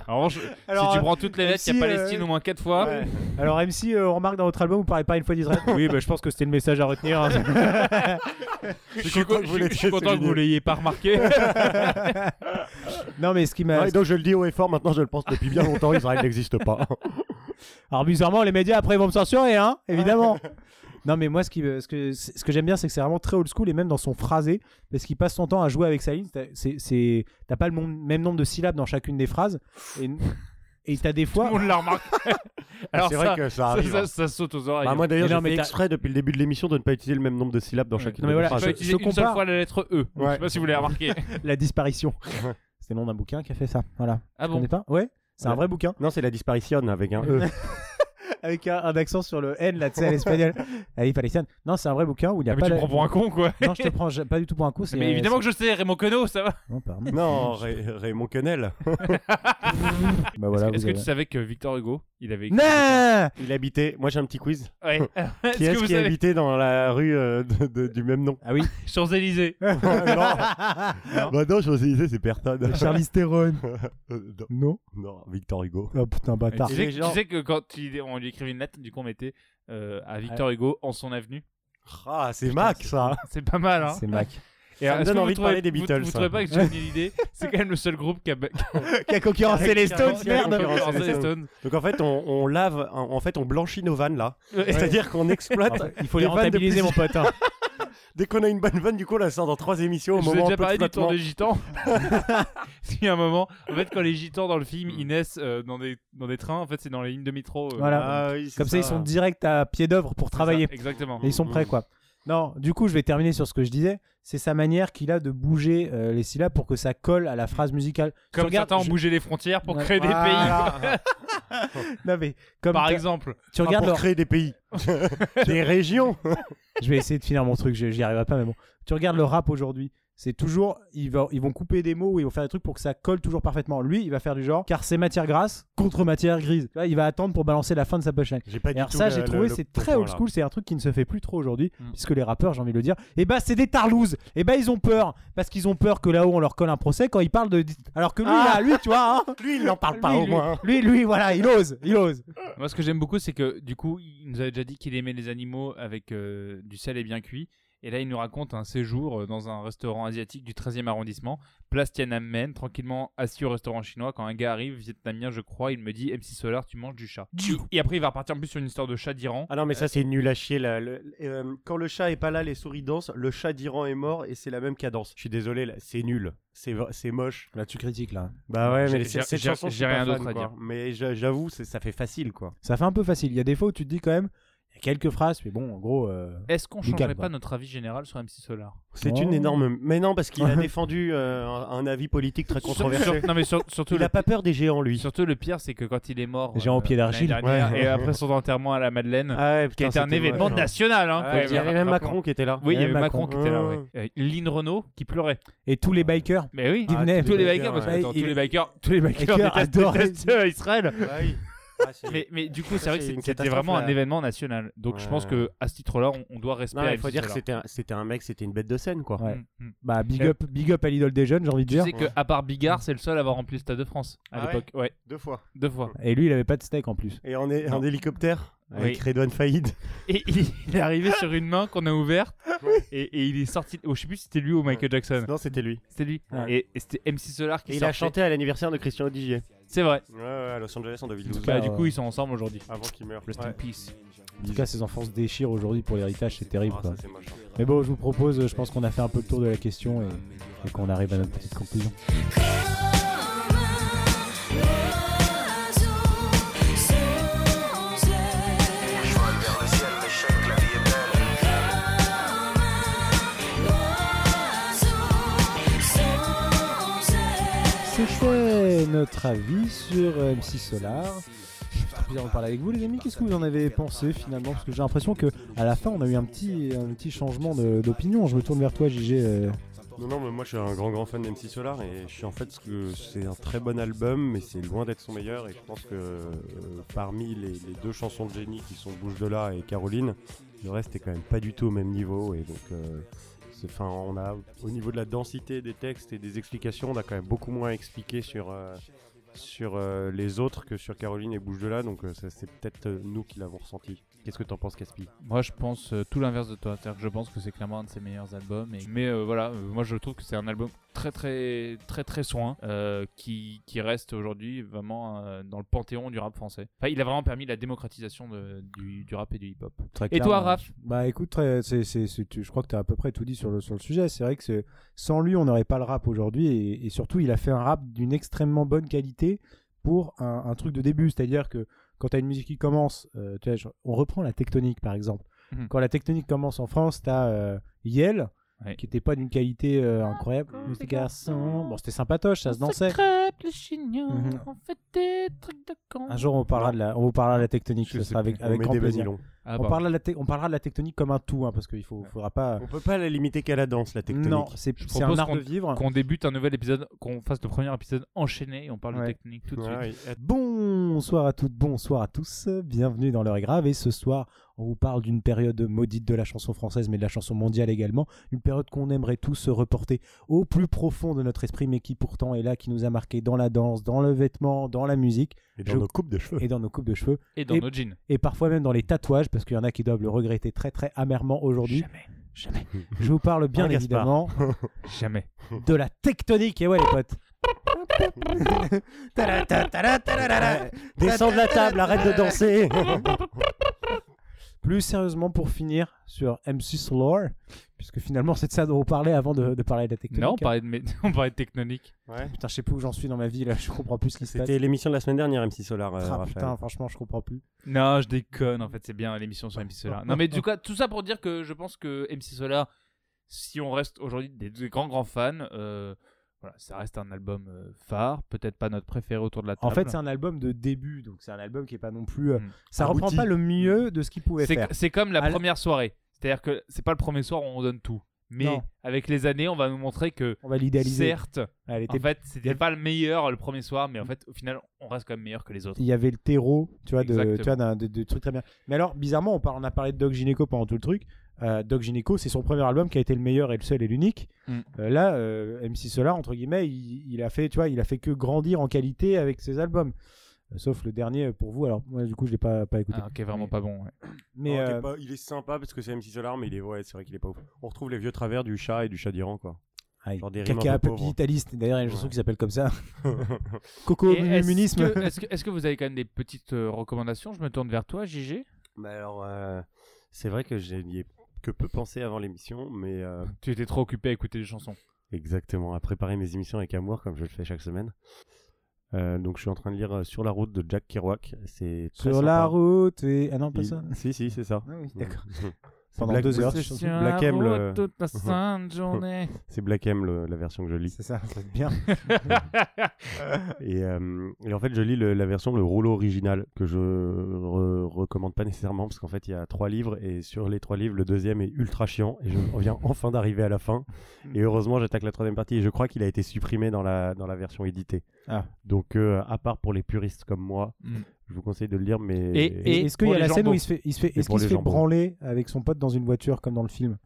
En revanche, Alors, si euh, tu prends toutes les lettres, il y a si, euh, Palestine au moins 4 fois. Ouais. Alors, MC, euh, on remarque dans votre album, vous parlez pas une fois d'Israël. oui, bah, je pense que c'était le message à retenir. hein. Je suis content co- que je vous suis- je suis l'ayez content que vous souligné. l'ayez pas remarqué. *laughs* non, mais ce qui m'a. Ouais, donc je le dis haut et fort, maintenant je le pense depuis bien longtemps, Israël n'existe pas. Alors bizarrement, les médias après vont me censurer, hein, *laughs* évidemment. non, mais moi, ce, qui, me- ce que, ce que j'aime bien, c'est que c'est vraiment très old school et même dans son phrasé, parce qu'il passe son temps à jouer avec sa ligne. T'as- c'est- c'est- T'as pas le mon- même nombre de syllabes dans chacune des phrases. Et, et t'as *laughs* des fois. On l'a remarqué. Alors c'est ça, vrai que ça ça, arrive. ça- ça saute aux oreilles. Bah, moi d'ailleurs, Mais non, j'ai mais fait t'as- exprès depuis le début de l'émission de ne pas utiliser le même nombre de syllabes dans chacune Non, mais voilà, des phrases. J'ai pas utilisé je une seule compare. fois la lettre E. Je Ouais. sais pas si vous l'avez remarqué. La disparition. c'est le nom d'un bouquin qui a fait ça. Voilà. Ah Tu bon connais pas Ouais. C'est un Ouais. vrai bouquin. Non, c'est la disparition avec un E. Avec un, un accent sur le N, là, tu sais, à l'espagnol. *laughs* Allez, Palestine. Non, c'est un vrai bouquin où il y a Ah, Mais pas. tu me la- prends pour un con, quoi. Non, je te prends je- pas du tout pour un coup. c'est- Mais évidemment que je sais, Raymond Queneau, ça va. Non, *laughs* pardon. *laughs* non, Ray- Raymond Quenel. Bah voilà. Est-ce vous que tu avez- savais que Victor Hugo, il avait écrit. Non Il habitait. Moi j'ai un petit quiz. Ouais. Qui Est-ce est-ce que vous qui savez habitait dans la rue euh, de- de- du même *laughs* nom Ah oui. Champs-Élysées. Ah, Non, bah non, je disais c'est personne. Charlie Theron. Euh, *laughs* non, Non. non, Victor Hugo. Oh putain, Tu bâtard. sais, Et tu genre- sais que quand il- on lui écrivait une lettre, du coup, on mettait euh, à Victor Hugo en son avenue. Ah, c'est Mac ça. C'est pas mal, hein. C'est Mac. Et Ça me donne est-ce que vous envie de trouvez- parler des vous- Beatles, Vous ça. trouvez pas que j'ai une idée C'est quand même le seul groupe qui a. Qui a concurrencé les Stones, Qui a merde concurrencé les Stones. Donc en fait, on, on lave, en en fait, on blanchit nos vannes là. C'est-à-dire *laughs* qu'on exploite. Il faut les les rentabiliser, rentabiliser, mon pote. hein. Dès qu'on a une bonne vanne, du coup, on la sort dans trois émissions au Je vous ai moment un déjà peu de parlé du tour flottement. des *laughs* gitans. *laughs* Parce qu'il y a un moment, en fait, quand les gitans dans le film, Mm. ils naissent euh, dans, des, dans des trains, en fait, c'est dans les lignes de métro. euh, Voilà. Ah oui, c'est Comme ça, ils sont direct à pied d'œuvre pour c'est travailler. ça, exactement. Et ils sont prêts, quoi. Non, du coup, je vais terminer sur ce que je disais. C'est sa manière qu'il a de bouger euh, les syllabes pour que ça colle à la phrase musicale. Tu Comme regardes- certains ont je- bougé les frontières pour Ouais. créer des Voilà. *laughs* Non, mais comme pays, par t'as- exemple. tu Ah, regardes pour leur- créer *laughs* des pays, des régions. Je vais essayer de finir mon truc, je- j'y arriverai pas, mais bon. Tu regardes le rap aujourd'hui, c'est toujours. Ils vont, ils vont couper des mots ou ils vont faire des trucs pour que ça colle toujours parfaitement. Lui, il va faire du genre, car c'est matière grasse contre matière grise. Tu vois, il va attendre pour balancer la fin de sa punchline. J'ai pas Et du alors, tout ça, le- j'ai le- trouvé, le c'est bon très point, old là. school, c'est un truc qui ne se fait plus trop aujourd'hui, Mm. puisque les rappeurs, j'ai envie de le dire, et bah, c'est des tarlouses Et bah, ils ont peur, parce qu'ils ont peur que là-haut, on leur colle un procès quand ils parlent de. Alors que lui, Ah. là, lui, tu vois, hein, Lui, il n'en parle pas Lui, au moins. lui, lui, voilà, il ose, il ose. Bah, Moi, ce que j'aime beaucoup, c'est que du coup, il nous avait déjà dit qu'il aimait les animaux avec euh, du sel et bien cuit. Et là, il nous raconte un séjour euh, dans un restaurant asiatique du 13e arrondissement, place Tiananmen, tranquillement assis au restaurant chinois. Quand un gars arrive, vietnamien, je crois, il me dit MC Solar, tu manges du chat. Et après, il va repartir en plus sur une histoire de chat d'Iran. Ah non, mais ça, c'est nul à chier. là. Le- euh, quand le chat est pas là, les souris dansent. Le chat d'Iran est mort et c'est la même cadence. Je suis désolé, là, c'est nul. C'est v- c'est moche. Là, tu critiques, là. Bah ouais, J'ai- mais j'ai- c'est- cette j'ai- chanson, je suis j'ai pas rien fan, d'autre à quoi. dire. Mais j'a- j'avoue, c'est- ça fait facile, quoi. Ça fait un peu facile. Il y a des fois où tu te dis quand même, Il y a quelques phrases, mais bon, en gros. euh, Est-ce qu'on Du changerait calme, pas hein. quoi. notre avis général sur MC Solar C'est Oh. une énorme. Mais non, parce qu'il *laughs* a défendu euh, un un avis politique très controversé. Sur- non, mais sur- surtout, Il le, a pas peur des géants, lui. surtout le pire, c'est que quand il est mort. euh, Géant au pied d'argile. l'année dernière, Ouais. Et après son enterrement à la Madeleine, Ah ouais, qui putain, a été un c'était événement moche, hein. national. hein, faut Ouais, le Il y dire. avait même Macron qui était là. Mmh. Oui, Il il y y avait avait Macron qui Macron. était là. Ouais, ouais. Euh, Lynn Renault qui pleurait. Et tous les bikers. Mais oui, Ah, Ils venaient. tous les bikers, parce que ouais. attends, Il- tous les bikers, tous les bikers bikers détestent- adorent- détestent, euh, Israël. Ah, *laughs* c'est- Mais, mais du coup, c'est vrai que c'est une c'était catastrophe, vraiment un là. événement national. Donc je pense Ouais. que à ce titre-là, on, on doit respecter. Non, il faut dire que c'était un, c'était un mec, c'était une bête de scène, quoi. Ouais. Mm, Bah, big up, big up à l'idole des jeunes, j'ai envie de Tu dire. sais que à part Bigard, c'est le seul à avoir rempli le Stade de France à Ah ouais l'époque. Ouais, Deux fois. deux *laughs* fois. Et lui, il avait pas de steak en plus. Et en, hé- en hélicoptère avec Oui. Redouane Faïd. Et il il est arrivé sur une main qu'on a ouverte et, et il est sorti. oh, je sais plus si c'était lui ou Michael Jackson. Non, c'était lui. C'était lui. Ouais. Et, et c'était MC Solar qui Et il a sortait. chanté à l'anniversaire de Christian Odigier. C'est vrai. Ouais, ouais, à Los Angeles en En 2012. tout Bah, cas, du euh, coup, ils sont ensemble aujourd'hui. Avant qu'il meure. Rest in peace. En tout cas, ces enfants se déchirent aujourd'hui pour l'héritage, c'est terrible. Ah, quoi. ça, c'est moche, hein. Mais bon, je vous propose, je pense qu'on a fait un peu le tour de la question et, et qu'on arrive à notre petite conclusion. C'était notre avis sur euh, MC Solar. C'était un plaisir de parler avec vous les amis, qu'est-ce que vous en avez pensé finalement Parce que j'ai l'impression que à la fin on a eu un petit, un petit changement de- d'opinion. Je me tourne vers toi JG. euh, Non, non, mais moi je suis un grand grand fan d'MC Solar et je suis en fait ce que c'est un très bon album, mais c'est loin d'être son meilleur. Et je pense que euh, parmi les, les deux chansons de génie qui sont Bouche de là et Caroline, le reste est quand même pas du tout au même niveau. Et donc, euh, c'est- enfin, on a au niveau de la densité des textes et des explications, on a quand même beaucoup moins expliqué sur. euh, sur euh, les autres que sur Caroline et Bouche de là, donc euh, ça, c'est peut-être euh, nous qui l'avons ressenti. Qu'est-ce que t'en penses, Caspi Moi, je pense euh, tout l'inverse de toi. C'est-à-dire que je pense que c'est clairement un de ses meilleurs albums. et- Mais euh, voilà, euh, moi, je trouve que c'est un album très, très, très, très soin euh, qui, qui reste aujourd'hui vraiment euh, dans le panthéon du rap français. Enfin, il a vraiment permis la démocratisation de- du, du rap et du hip-hop. très Et clairement. toi, Raph Bah écoute, très- c'est- c'est- c'est- tu- je crois que tu as à peu près tout dit sur le, sur le sujet. C'est vrai que c'est- sans lui, on n'aurait pas le rap aujourd'hui. Et, et surtout, il a fait un rap d'une extrêmement bonne qualité pour un, un truc de début. C'est-à-dire que quand tu as une musique qui commence, euh, tu vois, je- on reprend la tectonique par exemple. Mhm. Quand la tectonique commence en France, tu as Yel, Ouais. qui n'était pas d'une qualité euh, incroyable. Petit garçon. Bon, c'était sympatoche, ça se dansait. Mhm. on fait des trucs de con. Un jour, on parlera de la, on vous parlera de la tectonique. Je Ce sais sera avec, plus. avec on met grand des plaisir. banilons. Ah, on, bah. parlera de la tec- on parlera de la tectonique comme un tout, hein, parce qu'il faut, faudra pas. On peut pas la limiter qu'à la danse, la technique. Non, c'est c'est un propose art de vivre. Qu'on débute un nouvel épisode, qu'on fasse le premier épisode enchaîné et on parle Ouais. de technique tout de suite. Bonsoir à toutes, bonsoir à tous, bienvenue dans l'heure est grave et ce soir on vous parle d'une période maudite de la chanson française mais de la chanson mondiale également, une période qu'on aimerait tous se reporter au plus profond de notre esprit mais qui pourtant est là, qui nous a marqué dans la danse, dans le vêtement, dans la musique Et dans Je- nos coupes de cheveux. et dans nos coupes de cheveux Et dans Et- nos jeans. et parfois même dans les tatouages parce qu'il y en a qui doivent le regretter très très amèrement aujourd'hui. Jamais. Je vous parle bien Hein, Gaspard évidemment Jamais. de la tectonique et ouais les potes. Ta-da-ta-ta-da-ta-da-da-da. Descends de la table, arrête *laughs* de danser Plus sérieusement, pour finir sur M6 Lore, puisque finalement c'est de ça dont on parlait avant de, de parler de la tectonique. Non, on parlait de, mé- *laughs* on parlait de technonique. Putain, je sais plus où j'en suis dans ma vie là, je comprends plus ce qui se passe. C'était l'émission de la semaine dernière, MC Solar. euh, Ah, Raphaël. putain, franchement, je comprends plus. Non, je déconne. En fait, c'est bien l'émission sur MC Solar. Non, mais du coup, tout ça pour dire que je pense que MC Solar, si on reste aujourd'hui des, des grands, grands fans, euh, voilà, ça reste un album euh, phare. Peut-être pas notre préféré autour de la En Ah, table. fait, c'est un album de début, donc c'est un album qui est pas non plus. euh, Mm. Ça Abouti. reprend pas le mieux de ce qu'il pouvait C'est- faire. c'est comme la À la- première soirée. C'est-à-dire que c'est pas le premier soir où on donne tout. Mais Non. avec les années, on va nous montrer que, On va l'idéaliser. certes, Elle était en fait, c'était pas le meilleur le premier soir, mais en fait, au final, on reste quand même meilleur que les autres. Mm. il y avait le terreau, tu vois, de, Exactement. tu vois, d'un- de, de trucs très bien. Mais alors, bizarrement, on, parle, on a parlé de Doc Gineco pendant tout le truc. Euh, Doc Gineco, c'est son premier album qui a été le meilleur et le seul et l'unique. Mm. Euh, là, euh, MC Solar, entre guillemets, il, il a fait, tu vois, il a fait que grandir en qualité avec ses albums. Euh, Sauf le dernier euh, pour vous. Alors, moi, du coup, je l'ai pas, pas écouté. Ah, ok, vraiment pas bon. ouais. Mais Non, t'es euh, Ah, pas- Il est sympa parce que c'est MC Solar, mais il est... ouais, c'est vrai qu'il est pas ouf. On retrouve les vieux travers du chat et du chat d'Iran, quoi. *laughs* ah, genre des rimes caca un peu papy pauvres. italiste. D'ailleurs, il y a une chanson Ouais. qui s'appelle comme *laughs* ça. Coco Et est-ce Mumunisme. que- Est-ce que, est-ce que vous avez quand même des petites euh, recommandations Je me tourne vers toi, JG. mais alors, euh, c'est vrai que j'ai n'y ai que peu pensé avant l'émission, mais euh, Tu étais trop occupé à écouter des chansons. exactement, à préparer mes émissions avec amour, comme je le fais chaque semaine. Euh, donc je suis en train de lire euh, Sur la route de Jack Kerouac. C'est très Sur la sympa. route et. Ah non, pas Il- ça. Si, si, c'est ça. Ah oui, d'accord. C'est Pendant Black- deux heures, c'est- je c'est Black M, le- toute la sainte *laughs* journée. *laughs* C'est Black M, le- la version que je lis. C'est ça, c'est bien. Et, euh, et en fait, je lis le- la version, le rouleau original, que je re- recommande pas nécessairement, parce qu'en fait, il y a trois livres, et sur les trois livres, le deuxième est ultra chiant, et je reviens enfin d'arriver à la fin. Et heureusement, j'attaque la troisième partie, et je crois qu'il a été supprimé dans la, dans la version éditée. Ah. Donc, euh, à part pour les puristes comme moi, Mm. je vous conseille de le lire, mais. Et- Est-ce qu'il y pour a les la scène jambons. où il se fait, il se fait, Et est-ce pour qu'il se les fait jambons. branler avec son pote dans une voiture comme dans le film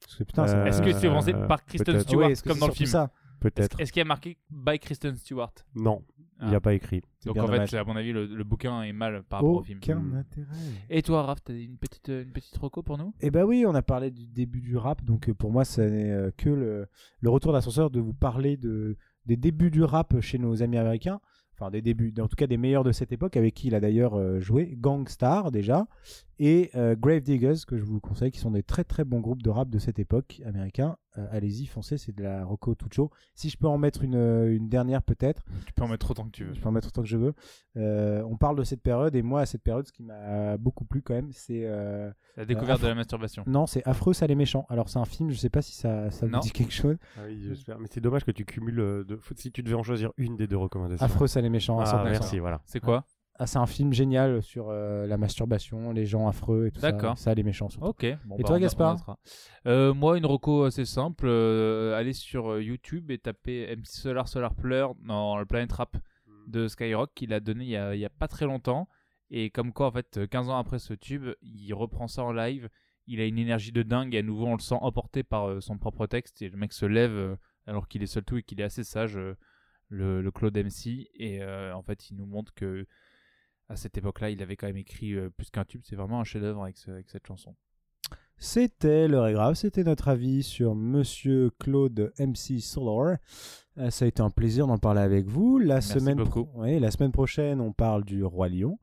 Parce que putain, ça- Euh, Est-ce que c'est avancé par Kristen peut-être. Stewart Ouais, est-ce que comme c'est dans le surtout film ça Peut-être. Est-ce est-ce qu'il y a marqué by Kristen Stewart Non, il n'y Ah. a pas écrit. C'est Donc bien en fait, dommage. c'est, à mon avis, le, le bouquin est mal par rapport au film. aucun intérêt. Et toi, Raph, t'as une petite, euh, une petite reco pour nous Eh ben oui, on a parlé du début du rap, donc euh, pour moi, ça n'est euh, que le, le retour d'ascenseur de vous parler de, des débuts du rap chez nos amis américains, enfin des débuts, en tout cas des meilleurs de cette époque, avec qui il a d'ailleurs euh, joué, Gangstar déjà, et euh, Grave Diggers, que je vous conseille, qui sont des très très bons groupes de rap de cette époque américain. Euh, Allez-y, foncez, c'est de la reco tout chaud. Si je peux en mettre une, euh, une dernière peut-être. Tu peux en mettre autant que tu Je peux en mettre autant que je veux. Euh, on parle de cette période et moi à cette période, ce qui m'a beaucoup plu quand même, c'est euh, La découverte Euh, de la masturbation. non, c'est affreux, ça les méchants. Alors c'est un film, je sais pas si ça, ça vous Non. dit quelque chose. Ah oui, j'espère. Mais c'est dommage que tu cumules. euh, de- faut- Si tu devais en choisir une des deux recommandations. Affreux, ça les méchants. à Ah, 100%. merci, voilà. C'est quoi Ah, c'est un film génial sur euh, la masturbation, les gens affreux et tout ça. D'accord. Ça les méchants. surtout. Ok. Bon, Et bah, toi, on a- Gaspard on notera. Euh, Moi, une reco assez simple. euh, allez sur euh, YouTube et tapez MC Solar Solar Pleur dans le Planet Rap de Skyrock qu'il a donné il y a, il y a pas très longtemps. Et comme quoi, en fait, euh, 15 ans après ce tube, il reprend ça en live. Il a une énergie de dingue et à nouveau, on le sent emporté par euh, son propre texte. Et le mec se lève euh, alors qu'il est seul tout et qu'il est assez sage, euh, le, le Claude MC. Et euh, en fait, il nous montre que à cette époque-là, il avait quand même écrit euh, plus qu'un tube. C'est vraiment un chef-d'œuvre avec, ce- avec cette chanson. C'était l'heure est grave, c'était notre avis sur Monsieur Claude MC Solar. Euh, ça a été un plaisir d'en parler avec vous. La Merci semaine beaucoup. ouais, la semaine prochaine, on parle du roi lion.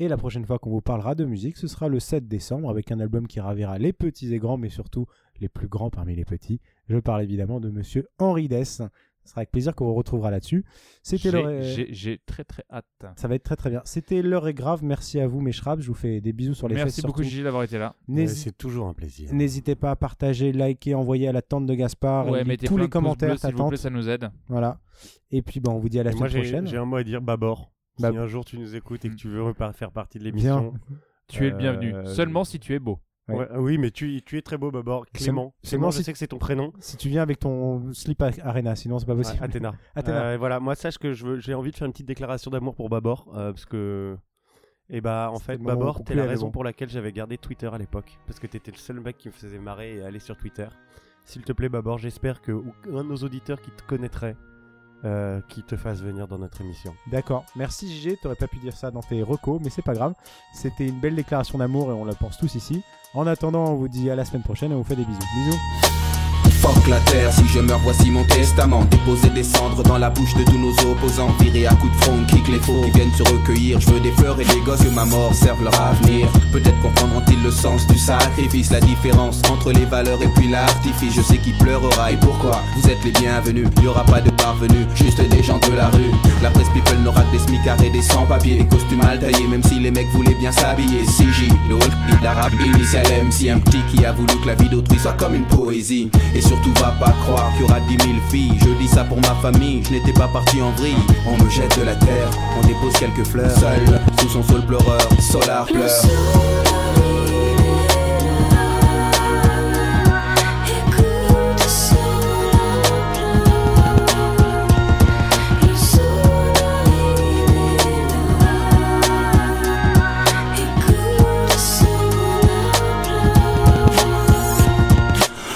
Et la prochaine fois qu'on vous parlera de musique, ce sera le 7 décembre avec un album qui ravira les petits et grands, mais surtout les plus grands parmi les petits. Je parle évidemment de Monsieur Henri Dess. Ce sera avec plaisir qu'on vous retrouvera là-dessus. C'était J'ai l'heure. est- j'ai- j'ai très très hâte. Ça va être très très bien. C'était l'heure est grave. Merci à vous mes shrabs. Je vous fais des bisous sur les Merci fesses. beaucoup surtout. Gigi d'avoir été là. Euh, N'hésitez C'est toujours un plaisir. N'hésitez pas à partager, liker, envoyer à la tante de Gaspard. Ouais, Elle lit mettez tous plein les de pouces bleus, commentaires, s'il ta vous tante. plaît, ça nous aide. Voilà. Et puis, bon, on vous dit à la Et moi, semaine j'ai prochaine. j'ai un mot à dire, Babor. Bab- Si un jour tu nous écoutes et que Mm. tu veux repar- faire partie de l'émission. Tu es le bienvenu. Euh, Seulement si tu es beau. Ouais. Ouais, ah oui, mais tu, tu es très beau, Babor. Clément. Seulement- Clément, seulement je si- sais que c'est ton prénom. Si tu viens avec ton slip à- Arena, sinon c'est pas possible. Ouais, Athéna. *laughs* Athéna. Euh, voilà, moi, sache que je veux- j'ai envie de faire une petite déclaration d'amour pour Babor. euh, parce que. Et bah, en C'était fait, le moment où on Babor, t'es conclut, la mais raison bon. pour laquelle j'avais gardé Twitter à l'époque. Parce que t'étais le seul mec qui me faisait marrer et aller sur Twitter. S'il te plaît, Babor, j'espère que ou- un de nos auditeurs qui te connaîtrait, euh, qui te fasse venir dans notre émission. D'accord. Merci GG, t'aurais pas pu dire ça dans tes recos, mais c'est pas grave. C'était une belle déclaration d'amour et on la pense tous ici. En attendant, on vous dit à la semaine prochaine et on vous fait des bisous. Bisous. Fuck la terre, si je meurs, voici mon testament. Déposer des cendres dans la bouche de tous nos opposants. Virer à coups de front, kick les faux qui viennent se recueillir. Je veux des fleurs et des gosses, que ma mort serve leur avenir. Peut-être comprendront-ils le sens du sacrifice, la différence entre les valeurs et puis l'artifice. Je sais qui pleurera et pourquoi. Vous êtes les bienvenus, il y aura pas de parvenus, juste des gens de la rue. La presse people n'aura que des smicards et des sans-papiers. Et costumes mal taillés, même si les mecs voulaient bien s'habiller. CJ, le Hulk, l'arabe initial MC, un petit qui a voulu que la vie d'autrui soit comme une poésie. Et surtout va pas croire qu'il y aura dix mille filles. Je dis ça pour ma famille, je n'étais pas parti en vrille. On me jette de la terre, on dépose quelques fleurs. Seul, sous son sol pleureur, solar pleure. Écoute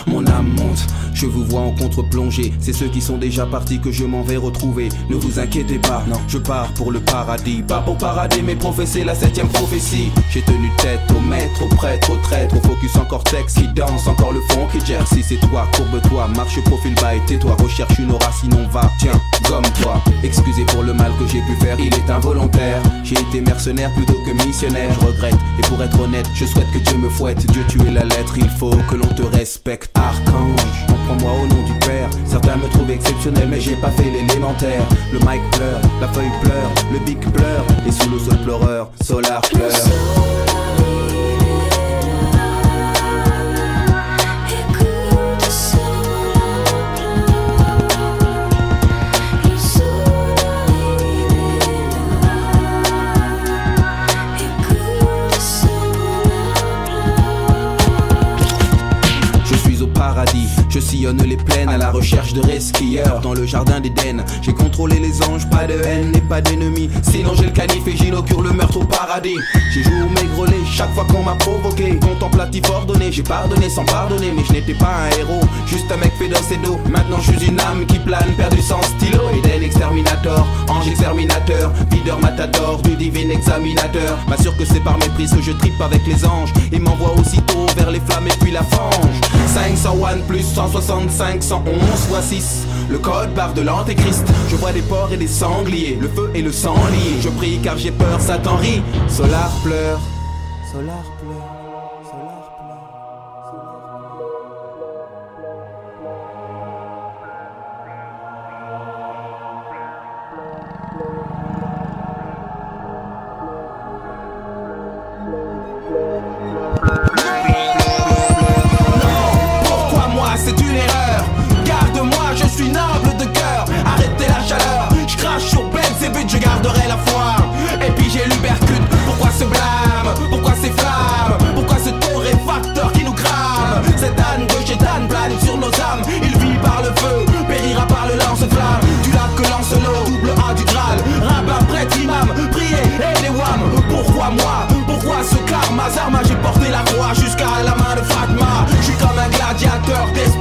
Mon âme monte, je vous vois en contre-plongée. C'est ceux qui sont déjà partis que je m'en vais retrouver. Ne vous inquiétez pas, non, je pars pour le paradis. Pas pour parader, mais professer la septième prophétie. J'ai tenu tête au maître, au prêtre, au traître, au focus en cortex qui danse, encore le fond qui gère. Si c'est toi, courbe-toi, marche profil bas et tais-toi. Recherche une aura, sinon va, tiens, gomme-toi. Excusez pour le mal que j'ai pu faire, il est involontaire. J'ai été mercenaire plutôt que missionnaire, je regrette. Et pour être honnête, je souhaite que Dieu me fouette. Dieu, tu es la lettre, il faut que l'on te respecte. Archange, on Prends-moi au nom du père. Certains me trouvent exceptionnel, mais j'ai pas fait l'élémentaire. Le mic pleure, la feuille pleure, le big pleure. Et sous le sol pleureur, Solar pleure. Écoute ce pleure Le soleil est là Écoute ce Je suis au paradis, je sillonne les plaines à la recherche de resquilleurs dans le jardin d'Éden. J'ai contrôlé les anges, pas de haine et pas d'ennemis. Sinon j'ai le canif et j'inaugure le meurtre au paradis. J'ai joué au maigrelet chaque fois qu'on m'a provoqué. Contemplatif ordonné, j'ai pardonné sans pardonner, mais je n'étais pas un héros, juste un mec fait dans ses dos. Maintenant je suis une âme qui plane, perdu sans stylo. Eden exterminator, ange exterminateur, videur matador du divin examinateur. M'assure que c'est par mépris que je tripe avec les anges et m'envoie aussitôt vers les flammes et puis la fange. 501 plus 165, 111 fois 6. Le code barre de l'antéchrist. Je vois des porcs et des sangliers, le feu et le sang lié. Je prie car j'ai peur, Satan rit. Solar pleure. Solar pleure. Solar pleure. Solar pleure. Non, pourquoi moi c'est une erreur Garde-moi, je suis noble de cœur Arrêtez la chaleur, je crache sur Benz et but je garderai la foi Et puis j'ai l'ubercute, pourquoi ce blâme Pourquoi ces flammes Pourquoi ce torréfacteur qui nous crame Cette âne de chez Dan plane sur nos âmes Il vit par le feu, périra par le lance-flamme Du lac que Lancelot, double A du Graal Rabbin, prêtre, imam, priez, et les wham Pourquoi moi Pourquoi ce karma Zarma, j'ai porté la croix jusqu'à la main de Fatma Je suis comme un gladiateur des